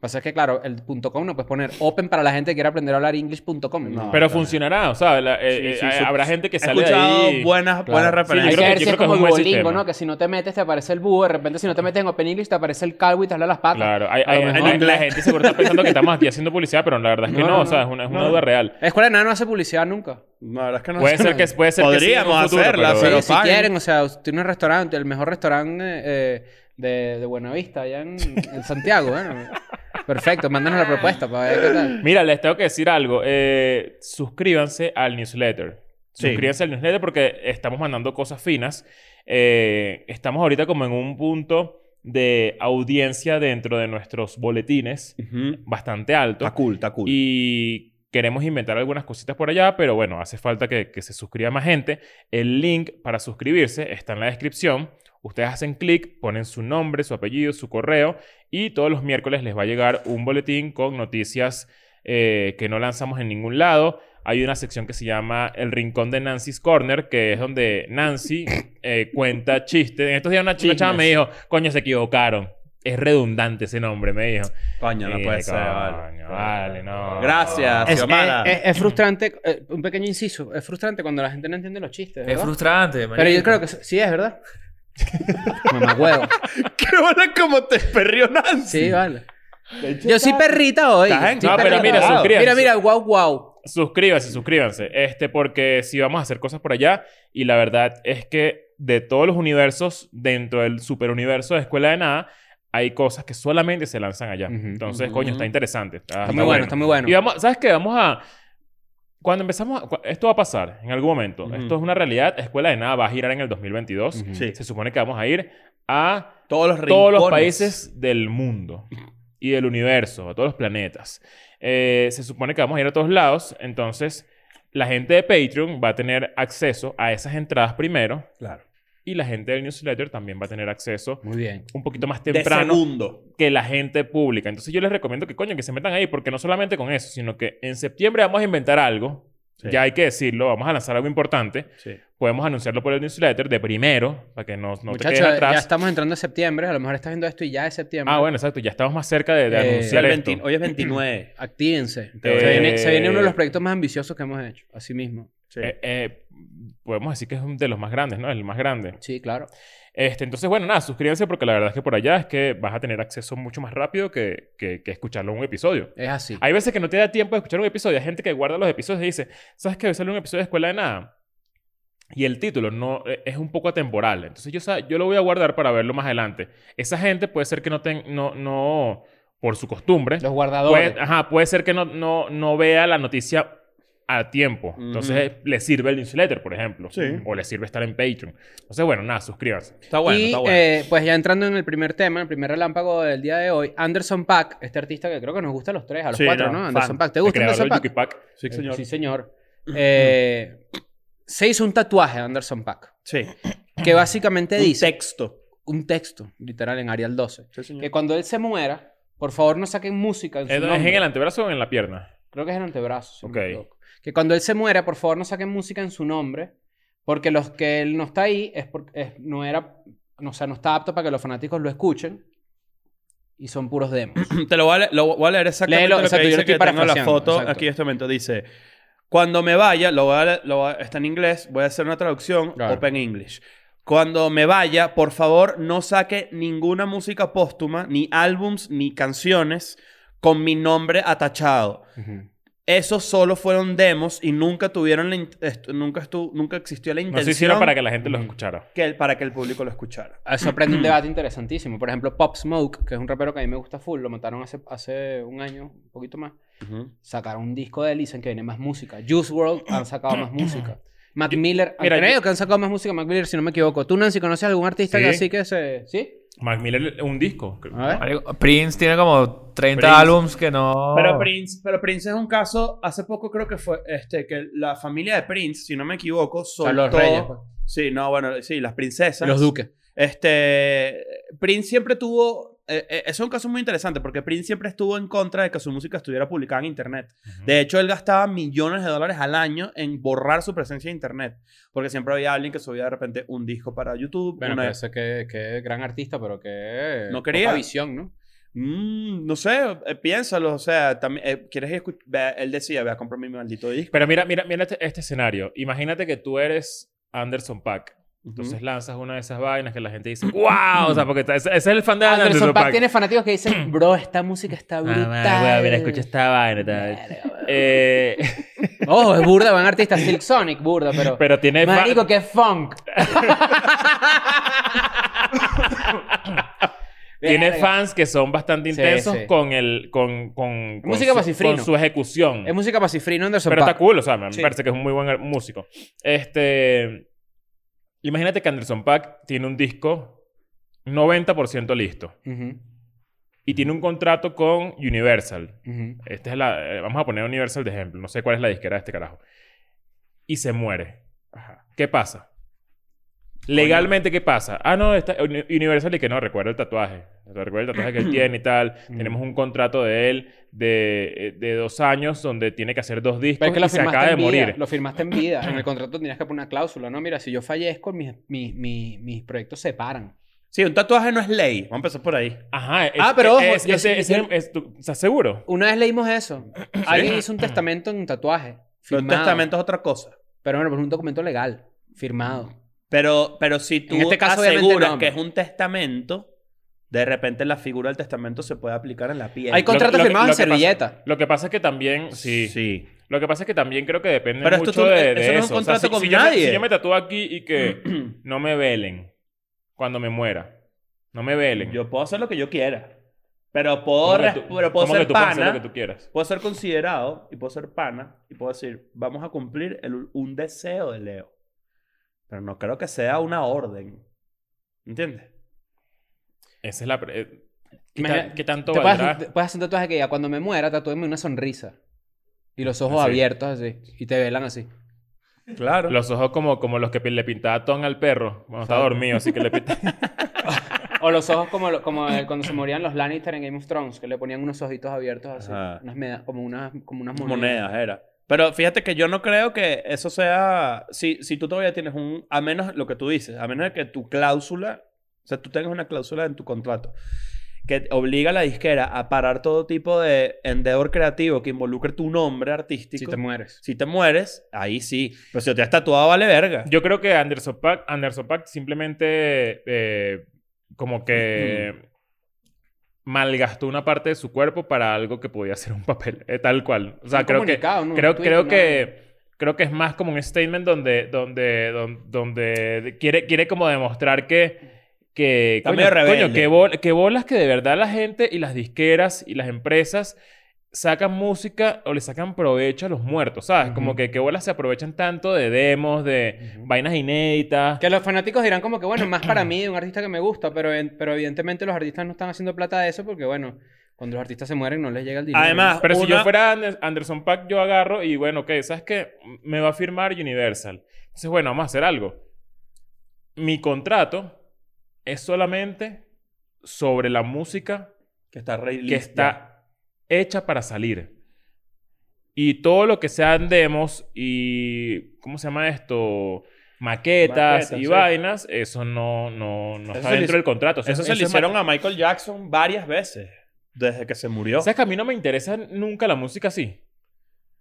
Pasa que, claro, el .com no puedes poner open para la gente que quiere aprender a hablar English.com. No. Pero funcionará, ¿sabes? La- eh, Sí, eh, sí, hay- sí. habrá gente que He sale de escuchado ahí. buenas, buenas Claro. yo Hay referencias. que creo que- ver si es creo que es como un el buen Duolingo, sistema. ¿no? Que si no te metes, te aparece el búho. De repente, si no te metes en Open English, te aparece el calvo y te habla las patas. Claro, hay- A lo hay- mejor. la- la gente seguro está pensando que estamos aquí haciendo publicidad, pero la verdad es que No, no, no, o sea, es no. una, es una duda real. La escuela de nada no hace publicidad nunca. No, la verdad es que no Puede sé. ser que puede ser que sí en un Podríamos futuro, hacerla, pero- pero- Sí, si paguen. quieren, o sea, tiene un restaurante, el mejor restaurante eh, de, de Buenavista, allá en, en Santiago. Bueno, perfecto, mándanos la propuesta para ver qué tal. Mira, les tengo que decir algo. Eh, suscríbanse al newsletter. Sí. Suscríbanse al newsletter porque estamos mandando cosas finas. Eh, estamos ahorita como en un punto de audiencia dentro de nuestros boletines Ujú. bastante alto. Está cool, está cool. Y queremos inventar algunas cositas por allá, pero bueno, hace falta que, que se suscriba más gente. El link para suscribirse está en la descripción. Ustedes hacen clic, ponen su nombre, su apellido, su correo y todos los miércoles les va a llegar un boletín con noticias eh, que no lanzamos en ningún lado. Hay una sección que se llama El Rincón de Nancy's Corner, que es donde Nancy eh, cuenta chistes. En estos días una, chica Chismes. chava me dijo, coño, se equivocaron. Es redundante ese nombre, me dijo. Coño, no Sí, eh, puede ser. Vale. coño, vale, no. Gracias, Es, Ah. Xiomara. es- es frustrante, eh, un pequeño inciso, es frustrante cuando la gente no entiende los chistes. Es ¿verdad? frustrante, Pero yo creo que s- sí es, ¿verdad? Mamá huevo. Qué buena como te perrió Nancy. Sí, vale. Yo soy perrita hoy. Estás en- Soy No, pero perrita. mira, Ah, suscríbanse. Mira, mira, guau, guau. Suscríbanse, suscríbanse. Este, porque si vamos a hacer cosas por allá, y la verdad es que de todos los universos, dentro del superuniverso de Escuela de Nada, hay cosas que solamente se lanzan allá. Ujú. Entonces, Ujú. coño, está interesante. Está, Está muy bueno, está muy bueno. Y vamos, ¿sabes qué? Vamos a. Cuando empezamos, a- cu- esto va a pasar en algún momento. Ujú. Esto es una realidad. Escuela de Nada va a girar en el 2022. Ujú. Sí. Se supone que vamos a ir a Todos los todos los rincones. países del mundo y del universo, a todos los planetas. Eh, se supone que vamos a ir a todos lados, entonces la gente de Patreon va a tener acceso a esas entradas primero Claro. y la gente del newsletter también va a tener acceso Muy bien. un poquito más De temprano segundo. que la gente pública. Entonces yo les recomiendo que coño, que se metan ahí, porque no solamente con eso, sino que en septiembre vamos a inventar algo, Sí. ya hay que decirlo, vamos a lanzar algo importante, Sí. podemos anunciarlo por el newsletter de primero, para que no, no te Muchachos, quedes atrás. ya estamos entrando en septiembre. A lo mejor estás viendo esto y ya es septiembre. Ah, bueno, exacto. Ya estamos más cerca de, de Eh, anunciar El esto. 20 hoy es 29. Actívense. Eh, Se, viene, se viene uno de los proyectos más ambiciosos que hemos hecho. Así mismo. Sí. Eh, eh, podemos decir que es un de los más grandes, ¿no? El más grande. Sí, claro. Este, entonces, bueno, nada, suscríbanse porque la verdad es que por allá es que vas a tener acceso mucho más rápido que, que, que escucharlo en un episodio. Es así. Hay veces que no te da tiempo de escuchar un episodio. Hay gente que guarda los episodios y dice, ¿sabes que hoy sale un episodio de Escuela de Nada? Y el título no, eh, es un poco atemporal. Entonces yo, sa- yo lo voy a guardar para verlo más adelante. Esa gente puede ser que no, ten, no, no por su costumbre, Los puede, guardadores. ajá, puede ser que no, no, no vea la noticia a tiempo. Entonces eh, le sirve el newsletter, por ejemplo. Sí. O le sirve estar en Patreon. Entonces, bueno, nada, suscríbanse. Está bueno, y está bueno. eh, pues ya entrando en el primer tema, en el primer relámpago del día de hoy, Anderson Pack, este artista que creo que nos gusta a los tres, a los Sí, cuatro, no, ¿no? fan. Anderson Pack. Ah, ¿Te El gusta creador Anderson del Pack? Yuki Pack. sí, Eh, señor. Sí, señor. Eh, se hizo un tatuaje Anderson Pack, Sí. que básicamente Mm. Un dice texto. un texto, literal, en Arial 12, Sí, señor. que cuando él se muera, por favor no saquen música en su Eh, Eh, ¿Es en nombre. el antebrazo o en la pierna? Creo que es el antebrazo. si no me Ok. equivoco. Que cuando él se muera, por favor, no saquen música en su nombre, porque los que él no está ahí es porque es- no era, no, o sea, no está apto para que los fanáticos lo escuchen y son puros demos. Te lo voy a, le- lo voy a leer exactamente Léelo, lo que exacto, yo lo dice estoy que tengo la parafraseando, foto exacto. aquí en este momento. Dice, cuando me vaya, lo voy a le- lo voy a- está en inglés, voy a hacer una traducción Claro. Open English. Cuando me vaya, por favor, no saque ninguna música póstuma, ni álbums, ni canciones con mi nombre atachado. Esos solo fueron demos y nunca tuvieron la in- est- nunca estu- nunca existió la No intención se hicieron para que la gente los escuchara. que el- para que el público lo escuchara. Eso prende un debate interesantísimo. Por ejemplo, Pop Smoke, que es un rapero que a mí me gusta full, lo mataron hace, hace un año, un poquito más. Sacaron un disco de él y dicen que viene más música. Juice World han sacado más música. Mac Miller, han mira, yo- creído que han sacado más música. Mac Miller, si no me equivoco. ¿Tú, Nancy, conoces algún artista que Sí. así que se. ¿Sí? Mac Miller, un disco. creo. A ver. Marico, Prince tiene como 30 Prince. álbums que no. Oh. Pero Prince, pero Prince es un caso, hace poco creo que fue, este, que la familia de Prince, si no me equivoco, sea, soltó... los reyes, pues. Sí, no, bueno, sí, las princesas. Los Duques. Este, Prince siempre tuvo, eh, eh, eso es un caso muy interesante, porque Prince siempre estuvo en contra de que su música estuviera publicada en Internet. Ujú. De hecho, él gastaba millones de dólares al año en borrar su presencia en Internet, porque siempre había alguien que subía de repente un disco para YouTube. Bueno, una- parece que, que gran artista, pero que. No quería. Poca visión, ¿no? Mm, no sé, eh, piénsalo, o sea, también, eh, ¿quieres escuchar? Él decía, voy a comprar mi maldito disco. Pero mira, mira, mira este, este escenario. Imagínate que tú eres Anderson Pack. Entonces lanzas una de esas vainas que la gente dice, ¡Wow! O sea, porque está- ese, ese es el fan de Anderson, Anderson Paak. Paak tiene fanáticos que dicen, bro, esta música está Ah, brutal. madre, güey, mira, escucha esta vaina. tal. Eh, Ojo, Oh, es burda, buen artista. Silk Sonic, burda, pero. pero tiene fa- Marico, que es funk. Tiene Verga. fans que son bastante Sí, intensos sí. con el con con, con música su, pasifrino. con su ejecución. Es música pasifrino, Anderson pero está Paak. cool, o sea, me Sí. parece que es un muy buen ar- músico. Este Imagínate que Anderson Pack tiene un disco 90% listo Ujú, y tiene un contrato con Universal. ujú. Esta es la eh, vamos a poner Universal de ejemplo, no sé cuál es la disquera de este carajo. Y se muere. ¿Qué pasa? Legalmente, ¿qué pasa? Ah, no, está Uni- Universal y que no, recuerda el tatuaje. Recuerda el tatuaje que él tiene y tal. Mm. Tenemos un contrato de él de, eh, de dos años donde tiene que hacer dos discos Pero es que lo y se firmaste, acaba de en vida, morir. lo firmaste en vida. En el contrato tenías que poner una cláusula, ¿no? Mira, si yo fallezco, mis, mis, mis, mis proyectos se paran. Sí, un tatuaje no es ley. Vamos a empezar por ahí. Ajá. Ah, pero ojo, es- yo ese- sí- ese- yo- es tu- ¿Estás seguro? Una vez leímos eso. Alguien hizo un testamento en un tatuaje. Pero Firmado. Un testamento es otra cosa. Pero bueno, pues un documento legal. Firmado. Pero, pero si tú este caso, obviamente, aseguras no. que es un testamento, de repente la figura del testamento se puede aplicar en la piel. Hay contratos lo que- firmados lo en que pasa- servilleta. Lo que pasa es que también. Sí. Sí. Lo que pasa es que también creo que depende Pero esto mucho tú- e- de, eso de no es un eso. O sea, contrato si- con si yo me- nadie. si yo me tatúo aquí y Mm. que no me velen cuando me muera. No me velen. Yo puedo hacer lo que yo quiera. Pero puedo, ¿Cómo que res- tú- pero puedo cómo que ser tú puedes hacer lo que pana. tú quieras. Puedo ser considerado y puedo ser pana. Y puedo decir, vamos a cumplir el- un deseo de Leo. Pero no creo que sea una orden. ¿Entiendes? Esa es la. pre- eh, ¿Qué, Imagina- tan- qué tanto Te puedes, valdrá? hacer, te puedes hacer un tatuaje que diga, cuando me muera, tatúeme una sonrisa. Y los ojos Así. abiertos así. Y te velan así. Claro. Los ojos como, como los que pi- le pintaba Ton al perro cuando estaba dormido, así que le pintaba. O los ojos como, lo- como el- cuando se morían los Lannister en Game of Thrones, que le ponían unos ojitos abiertos así. Ajá. Unas meda- como, unas, como unas monedas. monedas era. Pero fíjate que yo no creo que eso sea. Si, si tú todavía tienes un. A menos lo que tú dices, a menos de que tu cláusula. O sea, tú tengas una cláusula en tu contrato que obliga a la disquera a parar todo tipo de endeavor creativo que involucre tu nombre artístico. Si te mueres. Si te mueres, ahí sí. Pero si te has tatuado, vale verga. Yo creo que Anderson Pack, Anderson Paak simplemente eh, como que malgastó una parte de su cuerpo para algo que podía ser un papel, eh, tal cual. O sea, Un creo que, comunicado, ¿no? Un creo, tuit, creo ¿no? que creo que es más como un statement donde donde don- donde, quiere quiere como demostrar que que Está medio rebelde. que, bol- que bolas que de verdad la gente y las disqueras y las empresas sacan música o le sacan provecho a los muertos, ¿sabes? Como Ujú. que qué bolas se aprovechan tanto de demos, de Ujú. vainas inéditas. Que los fanáticos dirán como que, bueno, más para mí de un artista que me gusta, pero, en- pero evidentemente los artistas no están haciendo plata de eso porque, bueno, cuando los artistas se mueren no les llega el dinero. Además, Pero si yo una- fuera Ander- Anderson Pack, yo agarro y bueno, ok, ¿sabes qué? Me va a firmar Universal. Entonces, bueno, vamos a hacer algo. Mi contrato es solamente sobre la música Que está re que está hecha para salir. Y todo lo que sean demos y. ¿Cómo se llama esto? Maquetas, Maquetas, y sí. vainas, eso no, no, no Eso está se le dentro hizo- del contrato. O sea, Eso se es lo hicieron ma- a Michael Jackson varias veces desde que se murió. ¿Sabes que a mí no me interesa nunca la música así?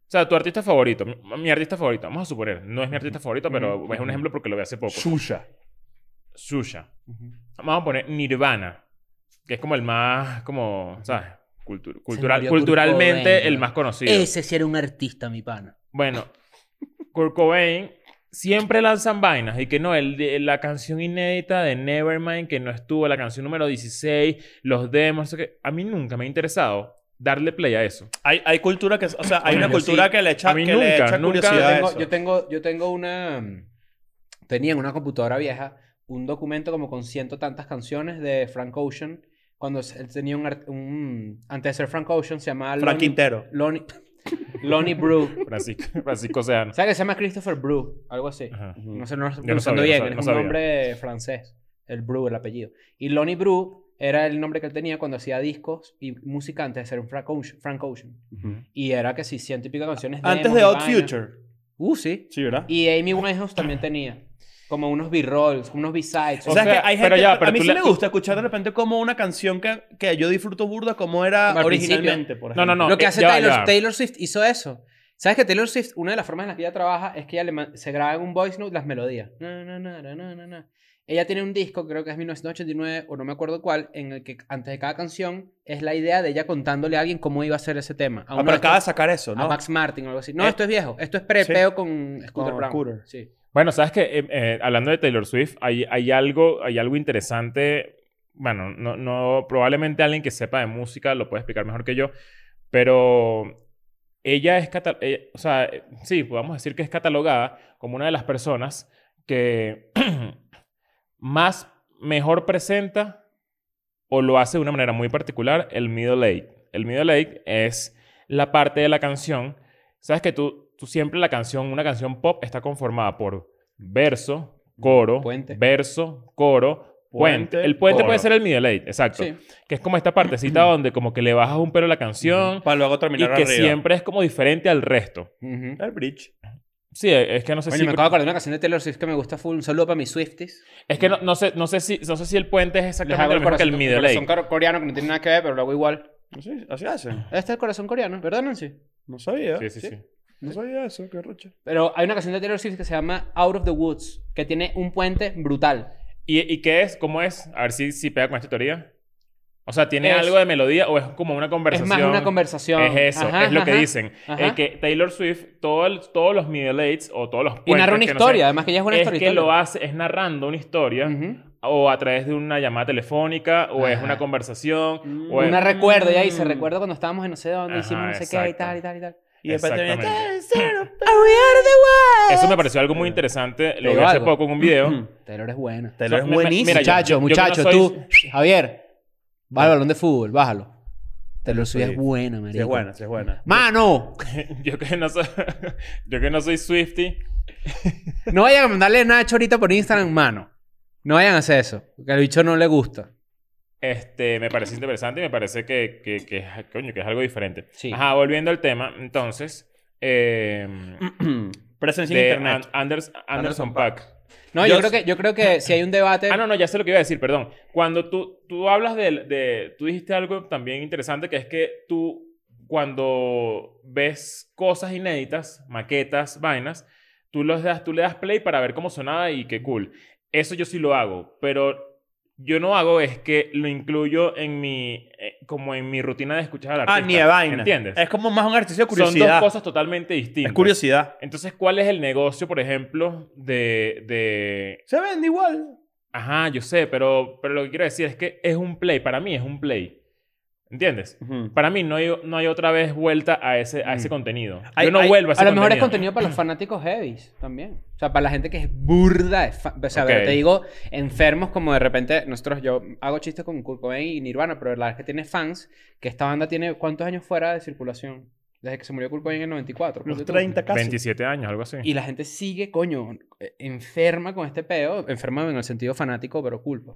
O sea, tu artista favorito, mi, mi artista favorito, vamos a suponer, no es mi artista favorito, pero es un ejemplo porque lo vi hace poco. Shusha. Susha. Ujú. Vamos a poner Nirvana, que es como el más, como, ¿sabes? Cultu- cultural, murió Kurt culturalmente Cobain, el ¿no? más conocido. Ese sí era un artista, mi pana. Bueno, Kurt Cobain siempre lanzan vainas y que no, el, de- la canción inédita de Nevermind que no estuvo, la canción número 16, los demos, eso que a mí nunca me ha interesado darle play a eso. Hay, hay cultura que, o sea, hay Coño, una yo cultura sí. que le echa, A mí que le nunca, echa nunca Yo curiosidad. a tengo, eso. yo tengo, yo tengo una... mm, Tenía en una computadora vieja un documento como con ciento tantas canciones de Frank Ocean. Cuando s- él tenía un... art- un- antes de ser Frank Ocean se llamaba... Frank Lonnie- Quintero. Lonnie, Lonnie Brew. Francisco, Francisco Seano. ¿Sabes que se llama Christopher Brew? Algo así. Ajá. No sé, no lo estoy Yo no pronunciando sabía, bien. no sab- él es no un sabía. nombre francés. El Brew, el apellido. Y Lonnie Brew era el nombre que él tenía cuando hacía discos y música antes de ser un Frank Ocean. Frank Ocean. Y era que sí, ciento y pico canciones. Antes demos de y Odd vainas. Future. Uh, sí. Sí, ¿verdad? Y Amy Winehouse también tenía. Como unos B-rolls, unos B-sides. O O sea, sea, que hay gente, pero ya, pero a mí tú sí le- me gusta escuchar de repente como una canción que, que yo disfruto burda como era Como al originalmente, por No, ejemplo. no, no. lo que eh, hace ya va, Taylor, ya va. Taylor Swift hizo eso. ¿Sabes que Taylor Swift, una de las formas en las que ella trabaja es que ella le ma- se graba en un voice note las melodías? Na, na, na, na, na, na, na. Ella tiene un disco, creo que es 1989 o no me acuerdo cuál, en el que antes de cada canción es la idea de ella contándole a alguien cómo iba a ser ese tema. A Ah, uno pero de acaba de estos- sacar eso, a ¿no? Max Martin o algo así. No, Eh, esto es viejo. Esto es prepeo con Scooter Con Brown. Scooter. Sí. Bueno, sabes que hablando de Taylor Swift, hay, hay algo, hay algo interesante. Bueno, no, no, probablemente alguien que sepa de música lo puede explicar mejor que yo, pero ella es, cata- ella- o sea, eh, sí, podemos decir que es catalogada como una de las personas que más mejor presenta o lo hace de una manera muy particular el middle eight. El middle eight es la parte de la canción. Sabes que tú, tú siempre la canción, una canción pop está conformada por verso, coro, Puente. verso, coro, puente. Puente, el puente coro. puede ser el middle eight, exacto. Sí. Que es como esta partecita donde como que le bajas un pelo a la canción Para luego y terminar que arriba. siempre es como diferente al resto. Ujú. El bridge. Sí, e, es que no sé Coño, si... me acabo de acordar de una canción de Taylor Swift que me gusta full. Un saludo para mis Swifties. Es que no, no sé, no, sé si, no sé si el puente es Les exactamente hago lo el mismo que el corazón, middle corazón eight. cor- coreano que no tiene nada que ver, pero lo hago igual. Así, así hacen. Este es el corazón coreano, ¿verdad, Nancy? No sabía. Sí, sí, sí. No sabía eso, qué rocha. Pero hay una canción de Taylor Swift que se llama Out of the Woods, que tiene un puente brutal. ¿Y, y qué es? ¿Cómo es? A ver si, si pega con esta teoría. O sea, ¿tiene Es- algo de melodía o es como una Es conversación? más una conversación. Es eso, Ajá, es lo que ajá. dicen. ajá. Eh, que Taylor Swift, todo el- todos los middle eights o todos los Y puentes narra una que no historia, sé, además que ella es buena es historia. que lo ¿eh? hace, es narrando una historia o a través de una llamada telefónica o es Ajá. Mm. una conversación o es- Una recuerdo, ya dice, Mm. recuerdo cuando estábamos en no sé dónde, Ajá, hicimos no sé qué y exacto. tal y tal y tal. Y después termina- Exactamente. Are we out of the Eso me pareció algo muy interesante. Lo Pegó vi hace algo. poco en un video. Mm, Taylor es buena. Taylor O es sea, me- buenísimo. mira, yo- yo- yo muchacho, que muchacho, no soy- Ah. tú, Javier, baja el balón de fútbol, bájalo. Taylor Swift es Sí. buena, marico. Sí, es buena, sí, es buena. ¡Mano! Yo que no soy, yo que no soy Swifty. No vayan a mandarle Nacho ahorita por Instagram, mano. No vayan a hacer eso, porque al bicho no le gusta. Este, me parece interesante y me parece que, que, que, es- coño, que es algo diferente. Sí. Ajá, volviendo al tema, entonces, eh, Presencia en de Mm. internet. An- Anders- Anderson, Anderson Pack. No, yo, Yo- creo que, yo creo que si hay un debate. Ah, no, no, ya sé lo que iba a decir, perdón. Cuando tú, tú hablas de, de... Tú dijiste algo también interesante, que es que tú, cuando ves cosas inéditas, maquetas, vainas, tú, los das, tú le das play para ver cómo sonaba y qué cool. Eso yo sí lo hago, pero yo no hago es que lo incluyo en mi... eh, como en mi rutina de escuchar al artista. Ah, ni de vaina. ¿Entiendes? Es como más un ejercicio de Son dos curiosidad. cosas totalmente distintas. es curiosidad. Entonces, ¿cuál es el negocio, por ejemplo, de, de Se vende igual. Ajá, yo sé, pero, pero lo que quiero decir es que es un play. Para mí es un play. ¿Entiendes? Ujú. Para mí no hay, no hay otra vez vuelta a ese, a ese Mm. contenido. Hay- Yo no hay- vuelvo a ese A lo mejor es contenido. contenido para los fanáticos heavies también. O sea, para la gente que es burda. de fa- o sea, Ok. te digo, enfermos como de repente. Nosotros, yo hago chistes con Kurt Cobain y Nirvana, pero la verdad es que tiene fans. Que esta banda tiene cuántos años fuera de circulación. Desde que se murió Kurt Cobain en el 94. Los ponte tú. 30 casi. 27 años, algo así. Y la gente sigue, coño, eh, enferma con este peo. Enferma en el sentido fanático, pero culpa.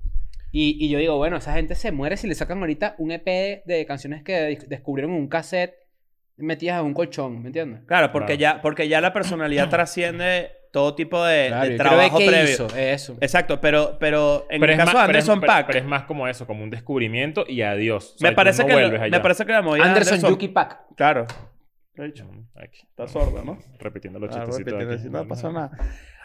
Y, y yo digo, bueno, esa gente se muere si le sacan ahorita un EP de, de canciones que dis- descubrieron en un cassette metidas a un colchón, ¿me entiendes? Claro, porque, Ya, porque ya la personalidad trasciende todo tipo de, Claro, de yo quiero ver trabajo qué previo. hizo eso. Exacto, pero, pero en Pero el es caso más- de pero es- Anderson pero- Paak, Pero, es más como eso, como un descubrimiento y adiós. O sea, me, tú parece no que vuelves la, me allá. parece que la movida de Anderson, Anderson Yuki Pack. Claro. Lo he dicho. Aquí. Está sordo, ¿no? Repitiendo los Ah, chistecitos. repite, aquí. no pasa nada.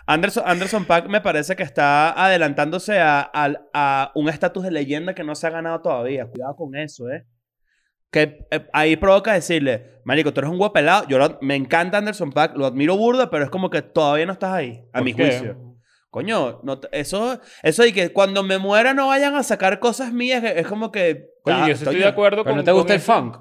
Anderson, Anderson Pack me parece que está adelantándose a, al- a un estatus de leyenda que no se ha ganado todavía. Cuidado con eso, ¿eh? Que eh, ahí provoca decirle, Marico, tú eres un guapelado. Yo lo- me encanta Anderson Pack, lo admiro burda, pero es como que todavía no estás ahí, a ¿Por mi qué? juicio. Coño, no te- eso, eso de que cuando me muera no vayan a sacar cosas mías, es es como que. Coño, Ah, yo sí estoy coño, de acuerdo Pero con... no te con gusta el eso. funk.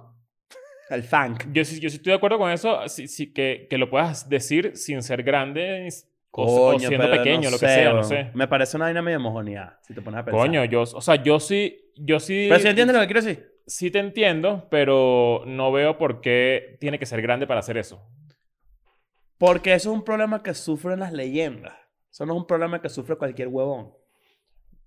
El funk. Yo sí, yo sí estoy de acuerdo con eso, sí, sí, que, que lo puedas decir sin ser grande o, o Coño, siendo pero pequeño, no lo que sé, sea, no weón. sé. Me parece una vaina medio mojoneada, si te pones a pensar. Coño, yo, o sea, yo sí, yo sí, Pero si entiendes lo que quiero decir. sí te entiendo, pero no veo por qué tiene que ser grande para hacer eso. Porque eso es un problema que sufren las leyendas. Eso no es un problema que sufre cualquier huevón.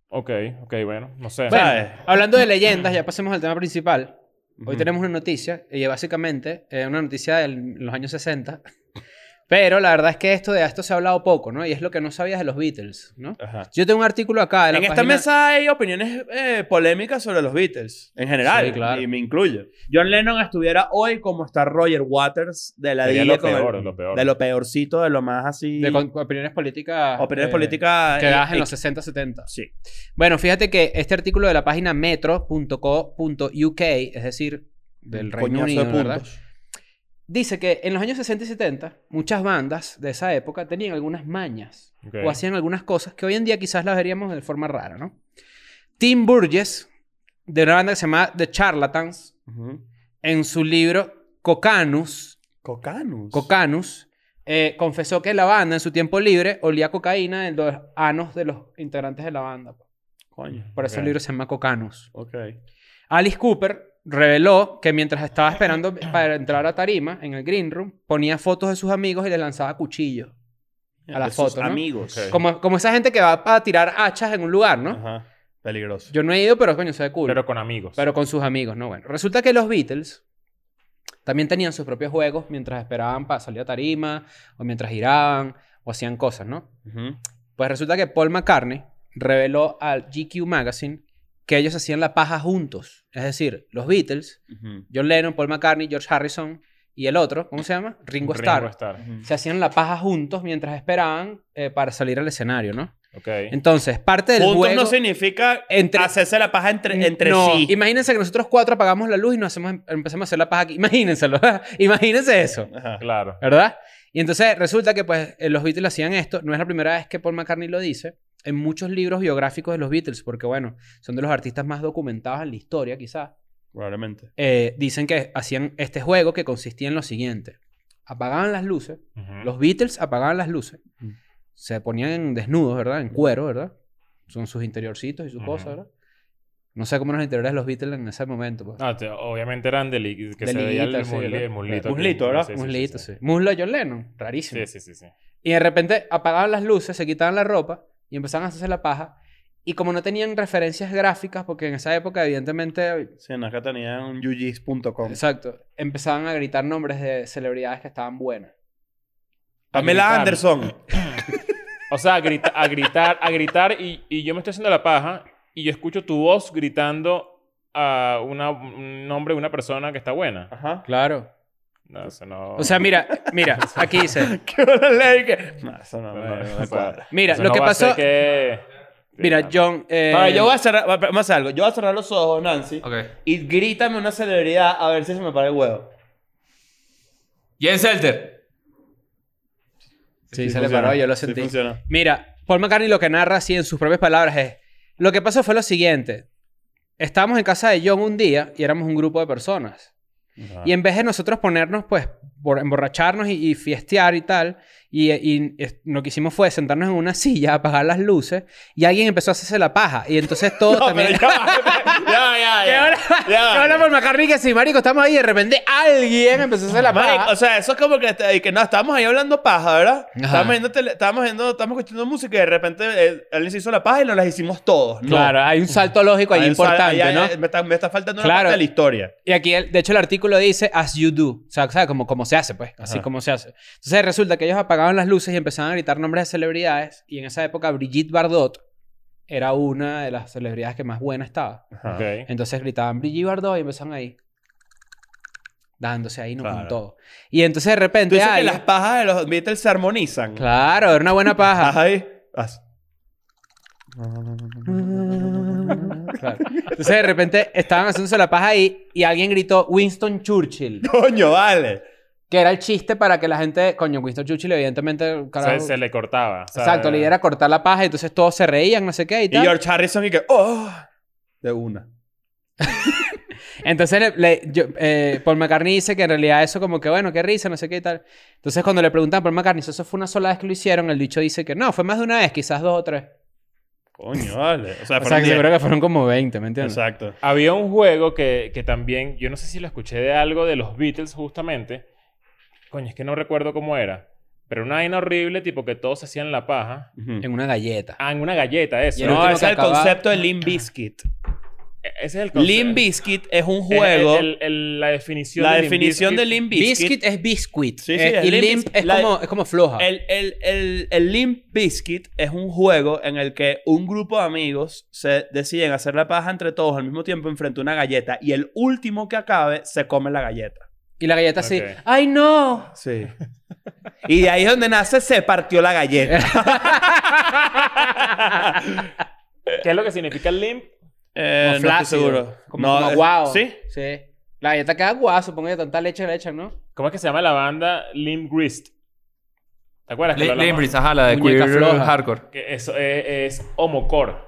Ok, ok, bueno, no sé. Bueno, ¿Sabes? hablando de leyendas, ya pasemos al tema principal. Hoy Ujú. tenemos una noticia, y básicamente eh, una noticia de los años 60. Pero la verdad es que esto de esto se ha hablado poco, ¿no? Y es lo que no sabías de los Beatles, ¿no? Ajá. Yo tengo un artículo acá de la En esta página- mesa hay opiniones eh, polémicas sobre los Beatles, en general, Sí, claro. y me incluye. John Lennon estuviera hoy como está Roger Waters de la Sería Dilla lo con el- peor, lo peor. de lo peorcito, de lo más así. de con- opiniones políticas. opiniones eh, políticas. Que eh, dabas en eh, los 60, 70. Sí. Bueno, fíjate que este artículo de la página metro.co.uk, es decir, del Reino Coñazo Unido, de ¿verdad? puntos. Dice que en los años 60 y 70, muchas bandas de esa época tenían algunas mañas Ok. o hacían algunas cosas que hoy en día quizás las veríamos de forma rara, ¿no? Tim Burgess, de una banda que se llama The Charlatans, Ujú. en su libro Cocanus, Cocanus. Cocanus, eh, confesó que la banda en su tiempo libre olía cocaína de los anos de los integrantes de la banda. pues. Coño. Por eso Ok. el libro se llama Cocanus. Ok. Alice Cooper reveló que mientras estaba esperando para entrar a tarima en el green room, ponía fotos de sus amigos y le lanzaba cuchillos. A las De sus fotos, ¿no? Amigos. Ok. Como, como esa gente que va a tirar hachas en un lugar, ¿no? Ajá. Peligroso. Yo no he ido, pero coño, se ve cool. Pero con amigos. Pero con sus amigos, ¿no? Bueno, resulta que los Beatles también tenían sus propios juegos mientras esperaban para salir a tarima, o mientras giraban, o hacían cosas, ¿no? Ujú. Pues resulta que Paul McCartney reveló al GQ Magazine que ellos hacían la paja juntos. Es decir, los Beatles, Ujú. John Lennon, Paul McCartney, George Harrison y el otro, ¿cómo se llama? Ringo, Starr. Ujú. Se hacían la paja juntos mientras esperaban eh, para salir al escenario, ¿no? Ok. Entonces, parte del Juntos juego... no significa Entre- hacerse la paja entre, Mm, entre No, sí. Imagínense que nosotros cuatro apagamos la luz y nos hacemos, empezamos a hacer la paja aquí. Imagínenselo. Imagínense eso. Ajá. Claro. ¿Verdad? Y entonces resulta que pues eh, los Beatles hacían esto. No es la primera vez que Paul McCartney lo dice. En muchos libros biográficos de los Beatles, porque bueno, son de los artistas más documentados en la historia quizás. Probablemente. eh, dicen que hacían este juego que consistía en lo siguiente. Apagaban las luces. Ujú. Los Beatles apagaban las luces. Mm. Ujú. Se ponían en desnudos, ¿verdad? En cuero, ¿verdad? Son sus interiorcitos y sus Ujú. cosas, ¿verdad? No sé cómo eran los interiores de los Beatles en ese momento. Pues. No, te- obviamente eran de li- Ah, que De se veía el, liguita, sí, musli- ¿verdad? el muslito. Claro. aquí. Muslito, ¿verdad? Sí, sí, sí, Muslito, sí. sí. Muslo de John Lennon. Rarísimo. Sí, sí, sí, sí. Y de repente apagaban las luces, se quitaban la ropa y empezaban a hacerse la paja. Y como no tenían referencias gráficas, porque en esa época, evidentemente, Sí, en acá tenía un yujis.com. exacto, empezaban a gritar nombres de celebridades que estaban buenas. Pamela Americano. Anderson. O sea, a, grita- a gritar, a gritar y, y yo me estoy haciendo la paja y yo escucho tu voz gritando a una- un nombre de una persona que está buena. Ajá. Claro. No, eso no... O sea, mira, mira, aquí dice. Qué buena ley que- No, eso no, eso no- me- no eso me no- cuadra. Mira, eso lo no que va a ser pasó. que- Mira, John. eh, Ahora, yo voy a cerrar. va, pero Vamos a hacer algo. Yo voy a cerrar los ojos, Nancy. Ok. Y grítame una celebridad a ver si se me para el huevo. Jens Elter. Sí, Sí se le funciona, paró, yo lo sí sentí. funciona. Mira, Paul McCartney lo que narra así en sus propias palabras es: Lo que pasó fue lo siguiente. Estábamos en casa de John un día y éramos un grupo de personas. Ajá. Y en vez de nosotros ponernos, pues, por emborracharnos y, y fiestear y tal, y, y es- lo que hicimos fue sentarnos en una silla, apagar las luces, y alguien empezó a hacerse la paja. Y entonces todos también. Pero ya, va, ya, ya, Y ahora, ya, y ahora Paul McCartney que sí, marico, estamos ahí y de repente alguien empezó a hacer la paja. Marico, o sea, eso es como que, y que no, estábamos ahí hablando paja, ¿verdad? Ajá. Estábamos, viendo tele- estábamos, viendo- estábamos escuchando música y de repente eh, alguien se hizo la paja y nos las hicimos todos. No. Claro, hay un salto lógico ahí Ahí está- importante, ahí- ¿no? ahí- me, está, me está faltando una Claro. parte de la historia. Y aquí, el- de hecho, el artículo dice as you do. O sea, ¿sabes? Como, como se hace, pues. Así Ajá. como se hace. Entonces resulta que ellos apagaban las luces y empezaban a gritar nombres de celebridades. Y en esa época, Brigitte Bardot era una de las celebridades que más buena estaba. Ah. Ok. Entonces gritaban Brigitte Bardot y empezaban ahí. Dándose ahí, no con Claro. todo. Y entonces de Tú repente. dices que alguien- las pajas de los Beatles se armonizan. Claro, era una buena paja. Ajá, ahí. Haz. Claro. Entonces de repente estaban haciéndose la paja ahí y alguien gritó Winston Churchill. Coño, vale. Que era el chiste para que la gente, coño, Winston Churchill evidentemente, Se, carajo, se le cortaba. o sea, exacto, le diera a cortar la paja, y entonces todos se reían, no sé qué y Y tal. George Harrison y que, oh, de una. Entonces le- le- yo- eh, Paul McCartney dice que en realidad eso como que, bueno, qué risa, no sé qué y tal. Entonces cuando le preguntan a Paul McCartney si eso fue una sola vez que lo hicieron, el dicho dice que no, fue más de una vez, quizás dos o tres. Coño, vale. O sea, O sea, fueron que diez. seguro que fueron como 20, ¿me entiendes? Exacto. Había un juego que, que también, yo no sé si lo escuché de algo de los Beatles justamente. Coño, es que no recuerdo cómo era. Pero una vaina horrible, tipo que todos se hacían la paja. En una galleta. Ah, en una galleta, Y eso. el No, No, último ese que es el acaba- concepto de Limp Bizkit. e- ese es el concepto. Limp Bizkit es un El- juego. el- el- la definición la de Limp definición Bizkit. de Limp Bizkit. Biscuit es biscuit. Sí, sí, eh, es y Limp limp Bizkit. es, La- como, es como floja. El, el, el, el Limp Bizkit es un juego en el que un grupo de amigos se deciden hacer la paja entre todos al mismo tiempo enfrente a una galleta y el último que acabe se come la galleta. Y la galleta así, Ok. ¡ay no! Sí. Y de ahí es donde nace se partió la galleta. ¿Qué es lo que significa Limp? Eh, Como flácido. Como, No, como es- aguado. Sí. Sí. La galleta queda aguada, supongo, de tanta leche que le echan, ¿no? ¿Cómo es que se llama la banda? Limp Grist. ¿Te acuerdas? que lo hablamos? Lembris, ajá, la de Muñeca Queer floja. Hardcore. Que eso e, es, es homocore. Es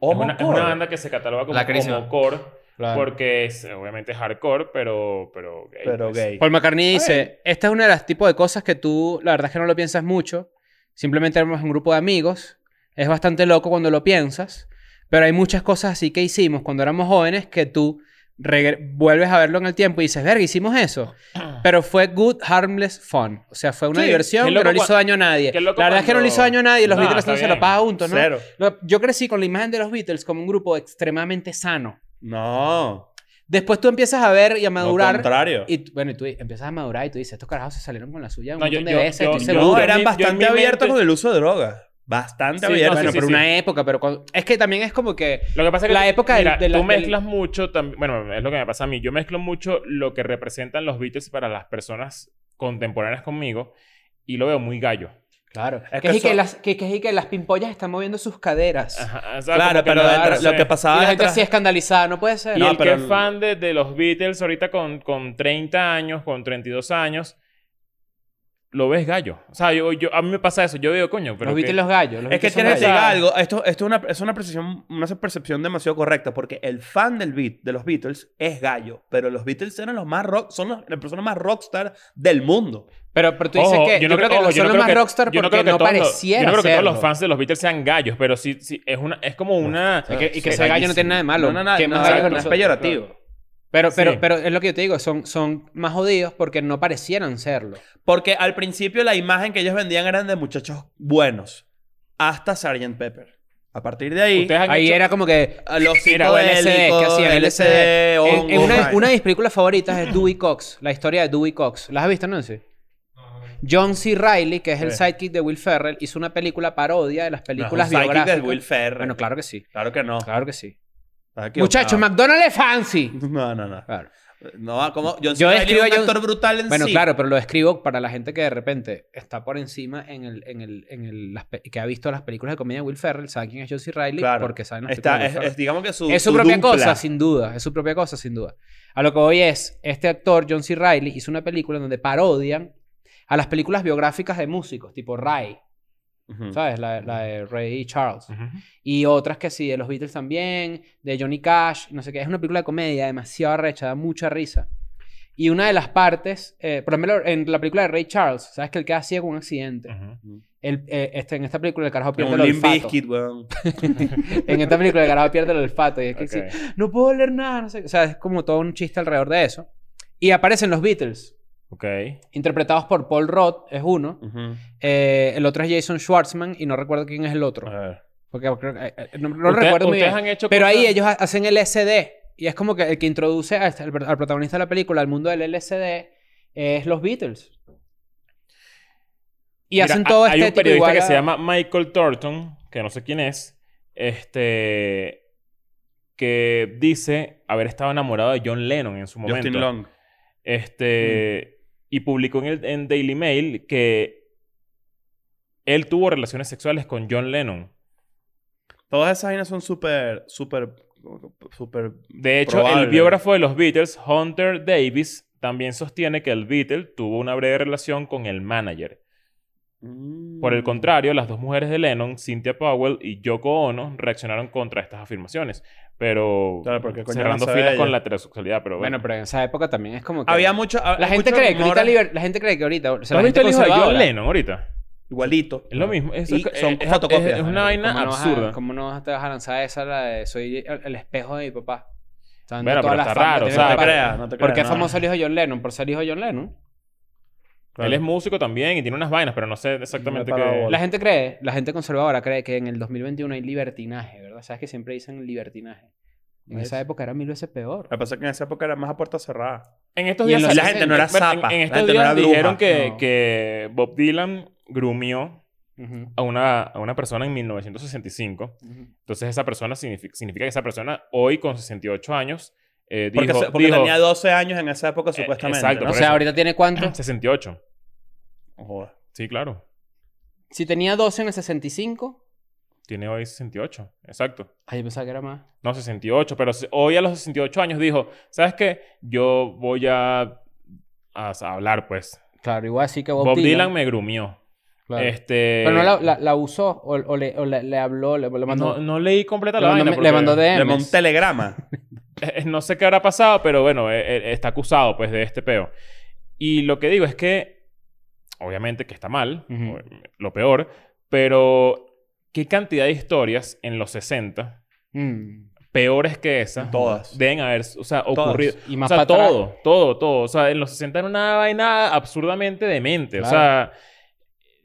una, es Homocore. una banda que se cataloga como La carísima. homocore Claro. porque es obviamente hardcore, pero pero gay, Pero pues. gay. Paul McCartney dice, esta es una de las tipos de cosas que tú, la verdad es que no lo piensas mucho, simplemente éramos un grupo de amigos, es bastante loco cuando lo piensas, pero hay muchas cosas así que hicimos cuando éramos jóvenes que tú regre- vuelves a verlo en el tiempo y dices, verga, hicimos eso, pero fue good, harmless fun, o sea, fue una Sí, diversión qué que loco no le hizo cua- daño a nadie. La qué verdad loco es que no le hizo cuando- daño a nadie, los No, Beatles está no se la bien. pagan juntos, ¿no? Cero. Lo- Yo crecí con la imagen de los Beatles como un grupo extremadamente sano. No. Después tú empiezas a ver y a Al madurar. contrario. Y tú- bueno, y tú empiezas a madurar y tú dices, estos carajos se salieron con la suya un No, yo- montón de yo- veces, yo- estoy yo- no, seguro. era- eran yo en bastante mi mente- abiertos con el uso de drogas. Bastante Sí, no, abiertos. bueno, sí, pero sí, una sí. época, pero cuando- es que también es como que Lo que pasa es que La tú- época del- mira, de la- tú del- mezclas mucho también, bueno, es lo que me pasa a mí, yo mezclo mucho lo que representan los Beatles para las personas contemporáneas conmigo y lo veo muy gallo. claro, Es que, que es y que eso- las que, que es y que las pimpollas están moviendo sus caderas. Ajá, o sea, Claro, como que pero no, detrás- no lo sé. que y pasaba la gente detrás- así escandalizada, no puede ser. Y No, el pero- que es fan de, de los Beatles ahorita con, con 30 años, con 32 años, lo ves gallo. O sea, yo, yo- a mí me pasa eso. Yo digo, coño, pero los que- Beatles los gallos. los Es que Beatles son tienes que gallos. decir algo. Esto, esto es, una, es una percepción, una percepción demasiado correcta porque el fan del beat de los Beatles es gallo, pero los Beatles eran los más rock, son los- las personas más rockstar del mundo. Pero, pero tú dices Ojo, que yo, creo que ojo, los- yo son no los creo más que- yo rockstar no creo porque que no todos los- pareciera Yo no creo que todos serlo. los fans de los Beatles sean gallos, pero sí, sí es, una, es como una... Y que, y que sí, ser gallo no tiene nada de malo. No, no, no, ¿Quién no, más gallo que no, es nosotros? peyorativo. Pero, pero, Sí. pero es lo que yo te digo, son, son más jodidos porque no parecieran serlo. Porque al principio la imagen que ellos vendían eran de muchachos buenos, hasta Sgt. Pepper. A partir de ahí, Ustedes han Ahí hecho- era como que. a los Mira, o LSD, que psicodélicos, hacían LSD, LSD. En- en hongos, una, vaina. una de mis películas favoritas es Dewey Cox, la historia de Dewey Cox. ¿Las has visto, Nancy? John C. Reilly, que es el Sí. sidekick de Will Ferrell, hizo una película parodia de las películas No, Psychic biográficas. de Will Ferrell. Bueno, claro que sí. Claro que no. Claro que sí. Estás equivocado. Muchachos, McDonald's es fancy. No, no, no. Claro. No, como John Yo Cena es escribo un a John- actor brutal en Bueno, sí. claro, pero lo escribo para la gente que de repente está por encima en el, en el, en el, las pe- que ha visto las películas de comedia de Will Ferrell, sabe quién es John C. Reilly Claro. porque saben las Está, películas es, de Will es, digamos que su. Es su su propia dupla. cosa, sin duda. Es su propia cosa, sin duda. A lo que voy es, este actor, John C. Reilly, hizo una película en donde parodian a las películas biográficas de músicos, tipo Ray, Ujú. ¿sabes? La, la de Ray Charles. Ujú. Y otras que sí, de los Beatles también, de Johnny Cash, no sé qué. Es una película de comedia demasiado arrecha, da mucha risa. Y una de las partes, eh, por ejemplo, en la película de Ray Charles, ¿sabes? Que él queda ciego en un accidente. Ujú. Él, eh, este, en esta película el carajo Como pierde un el Limp olfato. Bizkit, weón. En esta película el carajo pierde el olfato. Y es que sí, Ok. no puedo oler nada, no sé. qué. O sea, es como todo un chiste alrededor de eso. Y aparecen los Beatles, Ok. interpretados por Paul Roth, es uno. Ujú. Eh, el otro es Jason Schwartzman y no recuerdo quién es el otro. A ver. Porque creo que- eh, eh, no, no Ustedes- recuerdo muy ustedes bien. han hecho Pero ahí cosas- ellos ha- hacen el LSD. Y es como que el que introduce a este- al, al protagonista de la película al mundo del LSD eh, es los Beatles. Y Mira, hacen todo este ha- Hay un estético periodista igual que a- se llama Michael Thornton, que no sé quién es, este que dice haber estado enamorado de John Lennon en su momento. Justin Long. Este Mm. y publicó en el en Daily Mail que él tuvo relaciones sexuales con John Lennon. Todas esas vainas son súper, súper, súper... De hecho, Probable. el biógrafo de los Beatles, Hunter Davis, también sostiene que el Beatle tuvo una breve relación con el manager. mm. Por el contrario, las dos mujeres de Lennon, Cynthia Powell y Yoko Ono, reaccionaron contra estas afirmaciones. Pero Claro, porque coño, cerrando no sabe filas con ella. la heterosexualidad, pero bueno. Bueno, pero en esa época también es como que... Había mucho... ha- la, hay gente mucho cree que rumor ahorita liber- la gente cree que ahorita... O sea, ¿Has la visto gente el hijo de John conservadora- Lennon ahorita? Igualito. Es lo mismo. Es, Y es- son es- fotocopias. es- es una vaina ¿Cómo no vas a- absurda. ¿Cómo no vas a- te vas a lanzar esa, la de soy el, el espejo de mi papá? Está dando Bueno, todas pero las está fama, raro, tiene ¿sabes? que Pero- pagar. no te ¿Por qué es creas, no. famoso el hijo de John Lennon? Por ser hijo de John Lennon. Él es músico también y tiene unas vainas, pero no sé exactamente No he parado qué. bola. La gente cree, la gente conservadora cree que en el 2021 hay libertinaje, ¿verdad? Sabes que siempre dicen libertinaje. En ¿Ves? esa época era mil veces peor. Lo que pasa es que en esa época era más a puerta cerrada. En estos Y en días. los salió- La gente no era bueno, en- zapa, En, la estos gente no días era bruja. dijeron que, No. que Bob Dylan grumió Ujú, a una, a una persona en 1965. ujú. Entonces, esa persona signifi- significa que esa persona hoy, con 68 años, eh, Porque, dijo- se- porque dijo, tenía 12 años en esa época, supuestamente. exacto, ¿no? O por sea, eso. ahorita tiene cuánto? 68. No jodas. Sí, claro. Si tenía 12 en el 65. Tiene hoy 68. Exacto. Ay, yo pensaba que era más. No, 68. Pero se- hoy a los 68 años dijo, ¿sabes qué? Yo voy a, a- a hablar, pues. Claro, igual sí que Bob, Bob, Dylan, me grumió. claro. Este... Pero no la, la- la usó o, o le, o le- le habló, le, le mandó. No, no leí completa le la mandó, vaina. me- porque- le mandó DMs. Le mandó un telegrama. Eh, eh, No sé qué habrá pasado, pero bueno, eh, eh, está acusado pues de este peo. Y lo que digo es que, obviamente que está mal, Ujú. o- lo peor, pero qué cantidad de historias en los 60, Mm. peores que esa, Todas. deben haber, o sea, Todas. ocurrido. Y O más sea, para atrás. todo, todo, todo. O sea, en los 60 era una vaina absurdamente demente. O sea, Claro.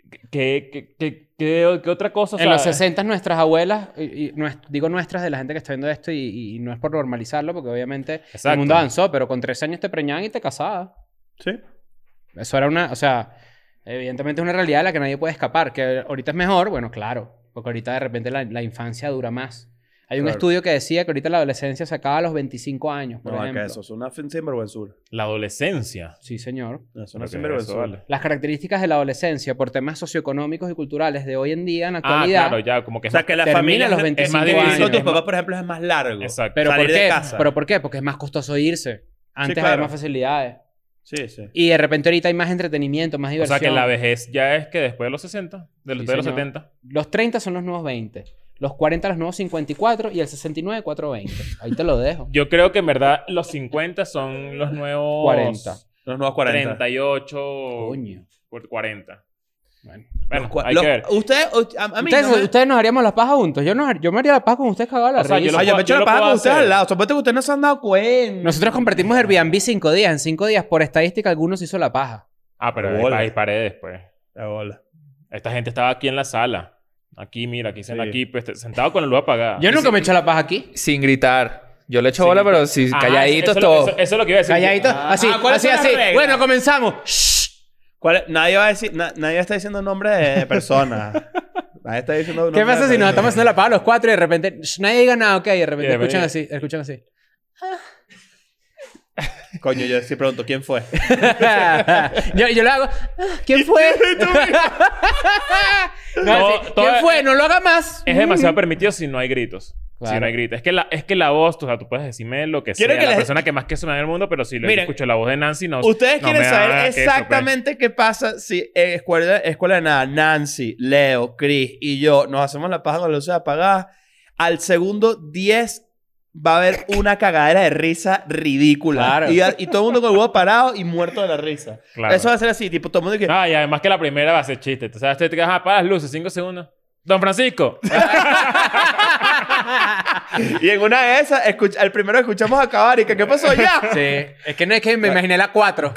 ¿qué, qué, qué, qué- qué otra cosa? O en los sea, 60 nuestras abuelas, y- y nues- digo nuestras de la gente que está viendo esto y, y no es por normalizarlo, porque obviamente el Exacto. mundo avanzó, pero con 13 años te preñaban y te casaban. ¿Sí? Eso era una, o sea, evidentemente es una realidad de la que nadie puede escapar. Que ahorita es mejor, bueno, claro, porque ahorita de repente la, la infancia dura más. Hay un Claro. estudio que decía que ahorita la adolescencia se acaba a los 25 años, por No, es que ejemplo. eso es una fin- sinvergüenzura. La adolescencia. Sí, señor. Eso es Pero una que sinvergüenzura. eso vale. Las características de la adolescencia por temas socioeconómicos y culturales de hoy en día, en la Ah, actualidad, claro, ya, como que O es sea, que la Termina familia a es los más 25 difícil. años. Tus papás, por ejemplo, es más largo. Exacto. Pero Salir ¿por de qué? casa. ¿Pero por qué? Porque es más costoso irse. Antes claro. había más facilidades. Sí, sí. Y de repente ahorita hay más entretenimiento, más O diversión. sea que la vejez ya es que después de los 60, de los, Sí, de los señor. 70. Los 30 son los nuevos 20. Los 40 los nuevos 54 y el 69 420. Ahí te lo dejo. Yo creo que en verdad los 50 son los nuevos 40. Los nuevos 40. 38 Coño. por 40. Bueno. Bueno, Los cua- hay los- que ver. Ustedes, u- a, a mí ustedes, no me- ustedes nos haríamos las pajas juntos. Yo, nos- yo me haría las pajas con ustedes cagado la O sea, yo risa. lo- Ay, yo me echo yo la lo paja puedo con ustedes hacer. al lado. Supongo que ustedes no se han dado cuenta. Nosotros compartimos Airbnb 5 días. En 5 días, por estadística, algunos hizo la paja. Ah, pero Bola. hay, hay paredes, pues. La bola. Esta gente estaba aquí en la sala. Aquí, mira, aquí, senta- Sí. aquí pues, sentado con la luz apagada. Yo nunca me he hecho la paja aquí. Sin gritar. Yo le echo Sin bola, gritar. pero si Ajá, Ah, calladitos eso es lo- todos. Eso, eso es lo que iba a decir. Calladito. Ah, así, ah, ¿cuáles así, son las así. reglas? Bueno, comenzamos. Shh. ¿Cuál es? Nadie va a decir, na- nadie está diciendo nombre de personas. nadie está diciendo nombre ¿Qué pasa de si nos personas. estamos haciendo la paga los cuatro y de repente sh, nadie diga nada, ok? Y de repente Y de repente- escuchan así, escuchan así. Coño, yo sí pregunto quién fue. yo, yo lo hago. "Ah, ¿Quién fue? no, No, así, ¿Quién todo- fue? No lo haga más. Es demasiado permitido si no hay gritos. Si Claro. no hay gritos. Es que la, es que la voz, o sea, tú puedes decirme lo que Quiero sea, que la les- persona que más que suena en el mundo, pero si lo Miren, escucho la voz de Nancy, no. Ustedes no quieren me da saber eso, pues. exactamente qué pasa si eh, escuela, escuela de nada, Nancy, Leo, Chris y yo nos hacemos la paja con las luces apagadas. Al segundo 10 va a haber una cagadera de risa ridícula. Claro. Y, a- y todo el mundo con el huevo parado y muerto de la risa. Claro. Eso va a ser así, tipo todo el mundo que... Ah, y además que la primera va a ser chiste. Tú sabes, te quedas apagar las luces, cinco segundos. Don Francisco. Ah. Y en una de esas, escucha, el primero escuchamos a Cabarica. ¿Qué pasó ya? Sí. Es que no es que me imaginé la cuatro.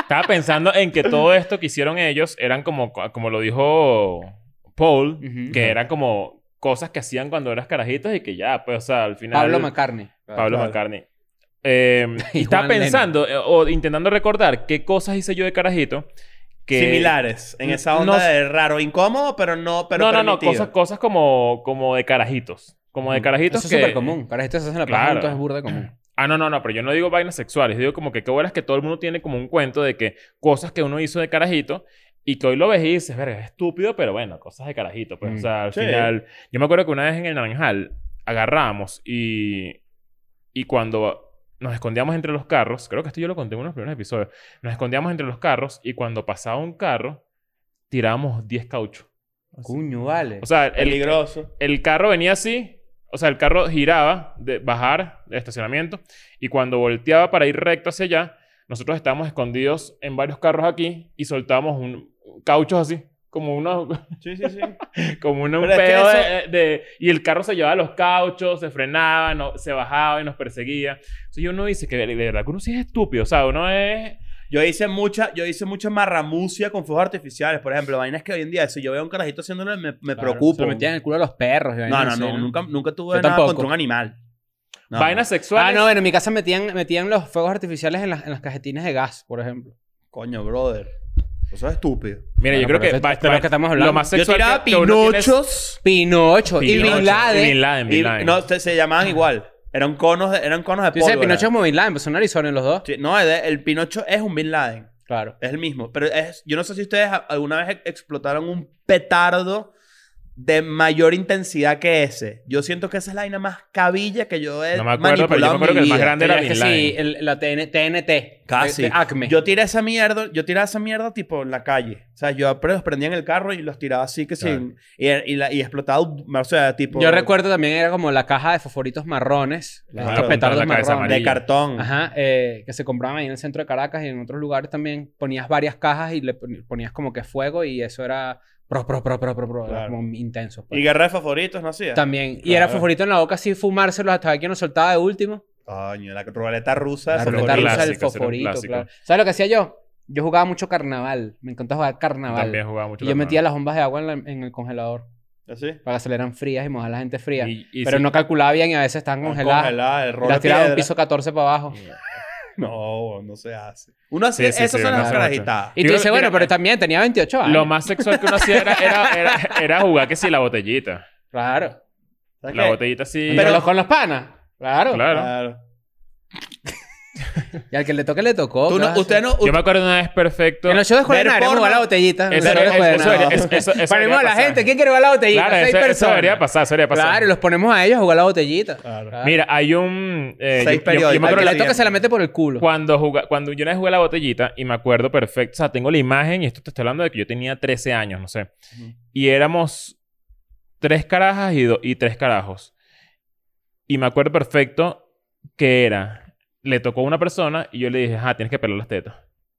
Estaba pensando en que todo esto que hicieron ellos eran como, como lo dijo Paul, Ujú. que eran como cosas que hacían cuando eras carajitos y que ya, pues, o sea, al final. Pablo McCartney. Pablo Claro. McCartney. Eh, Y estaba Juan Lennon. pensando eh, o intentando recordar qué cosas hice yo de carajito que... Similares. En esa No onda sé. de raro, incómodo, pero no pero no, no, no. permitido. Cosas, cosas como, como de carajitos. Como de Eso carajitos es que... súper común. Para esto se hacen la paja Claro. juntos, es burda de común. Ah, no, no, no. Pero yo no digo vainas sexuales. Digo como que qué bolas que todo el mundo tiene como un cuento de que cosas que uno hizo de carajito y que hoy lo ves y dices, verga, es estúpido, pero bueno, cosas de carajito. Pues, Mm. o sea, al Sí. final... Yo me acuerdo que una vez en el Naranjal agarramos y... Y cuando nos escondíamos entre los carros, creo que esto yo lo conté en unos primeros episodios, nos escondíamos entre los carros y cuando pasaba un carro, tirábamos 10 cauchos. Cuño, vale. O sea, el, Peligroso. el carro venía así, o sea, el carro giraba de bajar de estacionamiento y cuando volteaba para ir recto hacia allá, nosotros estábamos escondidos en varios carros aquí y soltábamos un cauchos así. Como, una, Sí, sí, sí. como una- un Pero es que peo eso- de, de- Y el carro se llevaba los cauchos, se frenaba, no, se bajaba y nos perseguía. Entonces uno dice que de, de verdad que uno sí es estúpido. O sea, uno es... Yo hice mucha, yo hice mucha marramucia con fuegos artificiales, por ejemplo. Vainas que hoy en día, si yo veo a un carajito haciéndolo, me, me Se preocupo. lo metían en el culo a los perros. y no, vainas no, así, no, Ah, Nunca, nunca tuve Yo nada tampoco. contra un animal. No. Vainas Ah, sexuales. no, bueno, en mi casa metían, metían los fuegos artificiales en las, en las cajetines de gas, por ejemplo. Coño, brother. Eso es estúpido. Mira, yo Bueno, creo que, pero esto- va- esto es lo va- que estamos hablando. lo más Yo sexual tiraba que- que uno tiene es- pinochos Pinocho, y Pinocho. Bin Laden. Y Bin Laden, Bin Laden. y no, se, se llamaban igual. Eran conos de, eran conos de Tú dices pólvora. Pinocho como Bin Laden, pues son Arizona los dos. Sí, No, el, el Pinocho es un Bin Laden. Claro. Es el mismo. Pero es, yo no sé si ustedes a- alguna vez e- explotaron un petardo de mayor intensidad que ese. Yo siento que esa es la vaina más cabilla que yo he No me acuerdo, pero yo me manipulado en acuerdo mi que el más vida. grande Pero era es que Bin Laden. sí, el- la TN TNT. Casi. de- de Acme. Yo tiré esa mierda, yo tiraba esa mierda tipo en la calle. O sea, yo pre- los prendía en el carro y los tiraba así que Claro. sin... Y, y, la- y explotaba, o sea, tipo... Yo recuerdo también era como la caja de fosforitos marrones. Claro. Estos Apuntar petardos la cabeza marrones. De amarilla. cartón. Ajá, eh, que se compraban ahí en el centro de Caracas y en otros lugares también. Ponías varias cajas y le pon- ponías como que fuego y eso era pro, pro, pro, pro, pro, pro. Era Claro. como intenso. pues. Y guerra de favoritos, ¿no hacía? También. Y era Claro. favorito en la boca así fumárselos hasta ver quién lo soltaba de último. Coño, la ruleta rusa. de La ruleta favoritos. clásico, rusa ese del era un fosforito, clásico. claro. ¿Sabes lo que hacía yo? Yo jugaba mucho carnaval. Me encantaba jugar Yo carnaval. También jugaba mucho. y yo metía las bombas de agua en, la- en el congelador ¿Así? para que salieran frías y mojar a la gente fría. Y- y Pero sí. no calculaba bien y a veces estaban congeladas. Congelada, el Y rolo las tiraba de un piedra. piso 14 para abajo. No, no se hace. Uno hace, Sí, sí, esas sí, son no se las hace. carajitadas. Y Yo tú creo- dices, bueno, mira, eh, pero también tenía 28 años. Lo más sexual que uno hacía era, era, era, era jugar que sí la botellita. Claro. ¿Sabes La qué? botellita sí. Pero ah, Pero- los, con los panas. Claro. Claro. Claro. Y al que le toque, le tocó. Tú ¿qué no- vas a usted hacer? no... Yo me acuerdo una vez perfecto. En los shows de Juan Ver Henares, vamos a jugar porno- la botellita. Eso No, era- no eso- juega eso nada. era- eso- eso- eso Ponemos a debería la pasar. gente. ¿Quién quiere jugar la botellita? Claro, Seis eso, personas. eso debería pasar, eso debería pasar. Claro, los ponemos a ellos a jugar la botellita. Claro. Claro. Mira, hay un... eh, yo- yo- Seis yo, me periódicos. Al acuerdo que la- le toque se la mete por el culo. cuando, juga- cuando yo una vez jugué a la botellita y me acuerdo perfecto. O sea, tengo la imagen y esto te estoy hablando de que yo tenía 13 años, no sé. Ujú. Y éramos tres carajas y, do- y tres carajos. Y me acuerdo perfecto que era... Le tocó a una persona y yo le dije, ah, tienes que pelar las tetas.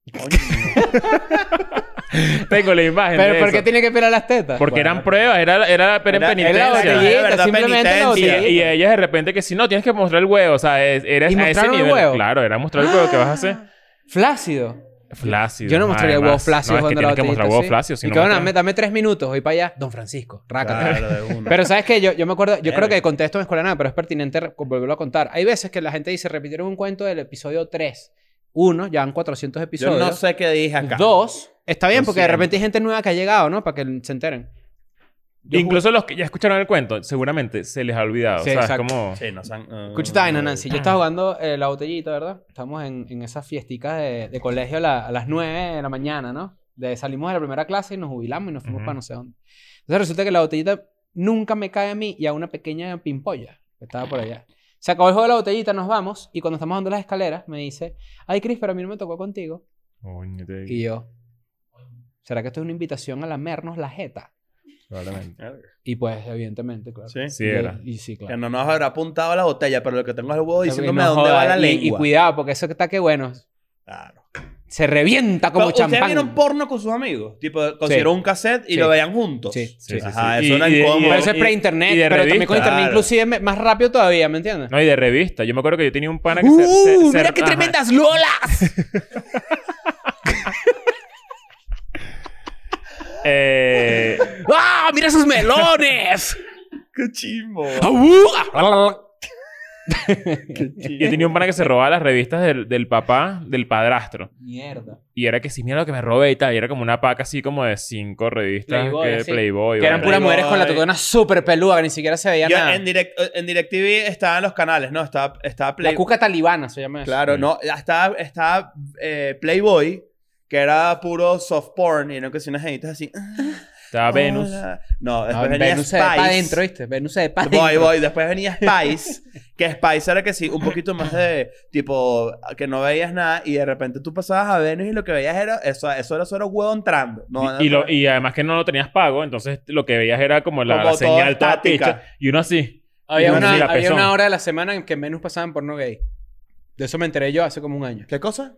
Tengo la imagen de Pero ¿por eso. qué tiene que pelar las tetas? Porque Bueno. eran pruebas, era, era, era en Era- penitencia. la botellita, de verdad, simplemente la penitencia. y, botellita. y ellas de repente que si no, tienes que mostrar el huevo. O sea, es- era ¿Y a ese mostraron el nivel. huevo? Claro, era mostrar el huevo que vas a hacer. Flácido. Flácido. Yo no mostraría huevos además. flácidos No, es que cuando tienes la que botellita. mostrar huevos sí. flácidos. Si Y no que bueno, mostras- dame, dame tres minutos, voy para allá. Don Francisco, rácate. Claro, de una. Pero sabes que yo, yo me acuerdo, yo creo Verga. que conté esto en escuela de nada, pero es pertinente re- volverlo a contar. Hay veces que la gente dice, repitieron un cuento del episodio 3. Uno, ya han 400 Yo episodios. no sé qué dije acá. Dos, está bien, porque de 200. repente hay gente nueva que ha llegado, ¿no? Para que se enteren. Yo Incluso los que ya escucharon el cuento, seguramente se les ha olvidado. Sí, o sea, es exacto. como... Sí, no san- ah. Escucha esta vaina, Nancy. Yo estaba jugando eh, la botellita, ¿verdad? Estamos en, en esas fiesticas de, de colegio a, la- a las 9 de la mañana, ¿no? De- salimos de la primera clase y nos jubilamos y nos fuimos Ujú. para no sé dónde. Entonces resulta que la botellita nunca me cae a mí y a una pequeña pimpolla que estaba por allá. Se acabó el juego de la botellita, nos vamos y cuando estamos dando las escaleras me dice, ay Cris, pero a mí no me tocó contigo. Coño, te- Y yo, ¿será que esto es una invitación a lamernos la jeta? Probablemente. Y pues, evidentemente, claro. Sí. Sí, Y- era. Y, sí, claro. Que no nos habrá apuntado la botella, pero lo que tengo es el huevo Porque diciéndome no dónde va joda, la y- lengua. Y cuidado, porque eso que está que bueno. Claro. Se revienta como Pero, ¿Ustedes champán. vieron porno con sus amigos? Tipo, consiguieron un cassette y Sí. lo veían juntos. Sí. Sí, sí, Ajá, sí. eso era Y- y- incómodo. Pero eso es y- pre-internet. y de Pero también con revista, internet claro. inclusive me- más rápido todavía, ¿me entiendes? No, y de revista. Yo me acuerdo que yo tenía un pana que se- se, ¡Uh! se- ¡Mira qué ajá. tremendas lolas! Eh, ¡Ah! ¡Mira esos melones! ¡Qué chimbo! ¡Ah, uh! yo tenía un pana que se robaba las revistas del, del papá, del padrastro. Mierda. Y era que sí, mira lo que me robé y tal. Y era como una paca así como de cinco revistas Playboy, que así. Playboy. Que eran ¿verdad? puras mujeres con la Playboy. tocona súper peluda, que ni siquiera se veía Yo nada. en, direct, en DirecTV estaban los canales, ¿no? Estaba, estaba La Play... cuca talibana se llama eso. Claro, no. Estaba, estaba eh, Playboy, que era puro soft porn y no que si unas genitas así. "Ah, Estaba Venus. Hola. No, No, después venía Venus se Spice. ve para adentro, ¿viste? Venus se ve para adentro. Voy, voy. Después venía Spice. que Spice era que sí, un poquito más de tipo que no veías nada y de repente tú pasabas a Venus y lo que veías era eso, eso era solo huevo entrando. No, y, y no, lo- y además que no lo tenías pago, entonces lo que veías era como la, Como la señal toda toda estática. picha, Y uno así. Había, Y una, la había pezón. una hora de la semana en que Venus pasaban porno gay. De eso me enteré yo hace como un año. ¿Qué cosa?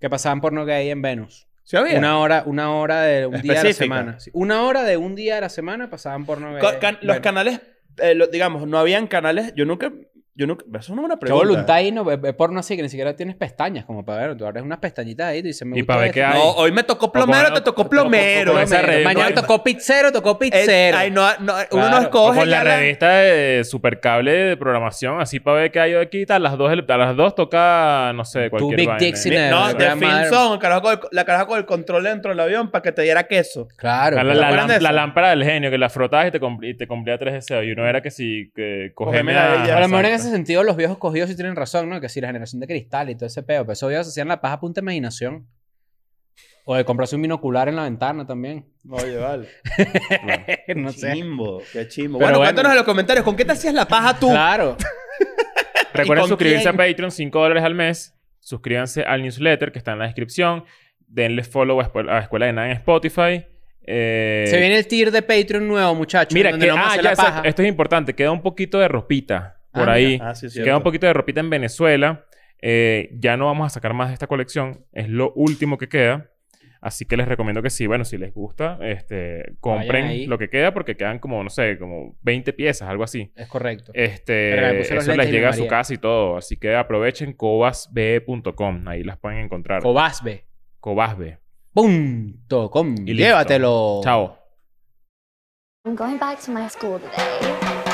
Que pasaban porno gay en Venus. ¿Sí Oh, había? Una hora, una hora de un día a la Específica. semana. Sí, Una hora de un día a la semana pasaban porno gay. Co- can- los Bueno, canales, eh, lo- digamos, no habían canales. Yo nunca, yo nunca. Eso no es una Qué pregunta. voluntad ahí, no, ve- ve porno así que ni siquiera tienes pestañas como para ver. Tú abres unas pestañitas ahí y dices, me Y gusta para ver esto. qué hay. No, hoy me tocó plomero, te tocó plomero. con esa Pero re- Mañana con- tocó pizzero, tocó Eh, pizzero. ay, no, no, uno no Claro, O escoge. con la ya la- revista de supercable de programación, así para ver qué hay aquí. tal, A las dos, del- a las dos toca, no sé, cualquier Big vaina. ¿eh? Dicks in Mira, a- No, la de gran madre. Finson, el carajo con el- la caraja con el control dentro del avión para que te diera queso. Claro. la, la- claro. la- ¿Recuerdan eso? la lámpara del genio, que la frotabas y te, compl- y te cumplía tres deseos. Y uno era que si que cogeme Cógemela a- ella. a lo mejor en Exacto. ese sentido los viejos cogidos sí tienen razón, ¿no? Que si la generación de cristal y todo ese pedo. Pero esos viejos hacían la paja a punta de imaginación. O de comprarse un binocular en la ventana también. Oye, vale. no sé. Chimbo, qué chimbo. Pero Bueno, bueno. cuéntanos en los comentarios, ¿con qué te hacías la paja tú? Claro. Recuerden con suscribirse quién? a Patreon, 5 dólares al mes. Suscríbanse al newsletter que está en la descripción. Denle follow a, Espo- a Escuela de Nada en Spotify. Eh, Se viene el tier de Patreon nuevo, muchachos. Mira, donde que, nos vamos a ah, hacer ya, la exacto. paja. esto es importante. Queda un poquito de ropita Ah, por mira. ahí. Ah, sí, sí. Queda un poquito de ropita en Venezuela. Eh, ya no vamos a sacar más de esta colección. Es lo último que queda. Así que les recomiendo que sí, bueno, si les gusta, este, ahí. compren lo que queda porque quedan como, no sé, como 20 piezas, algo así. Es correcto. Este, Verga, me puse los eso les lentes y me llega a su mareé. casa y todo. Así que aprovechen cobasbe.com. Ahí las pueden encontrar. Cobasbe. Cobasbe. Punto com. Y listo. Llévatelo. Chao. I'm going back to my school today.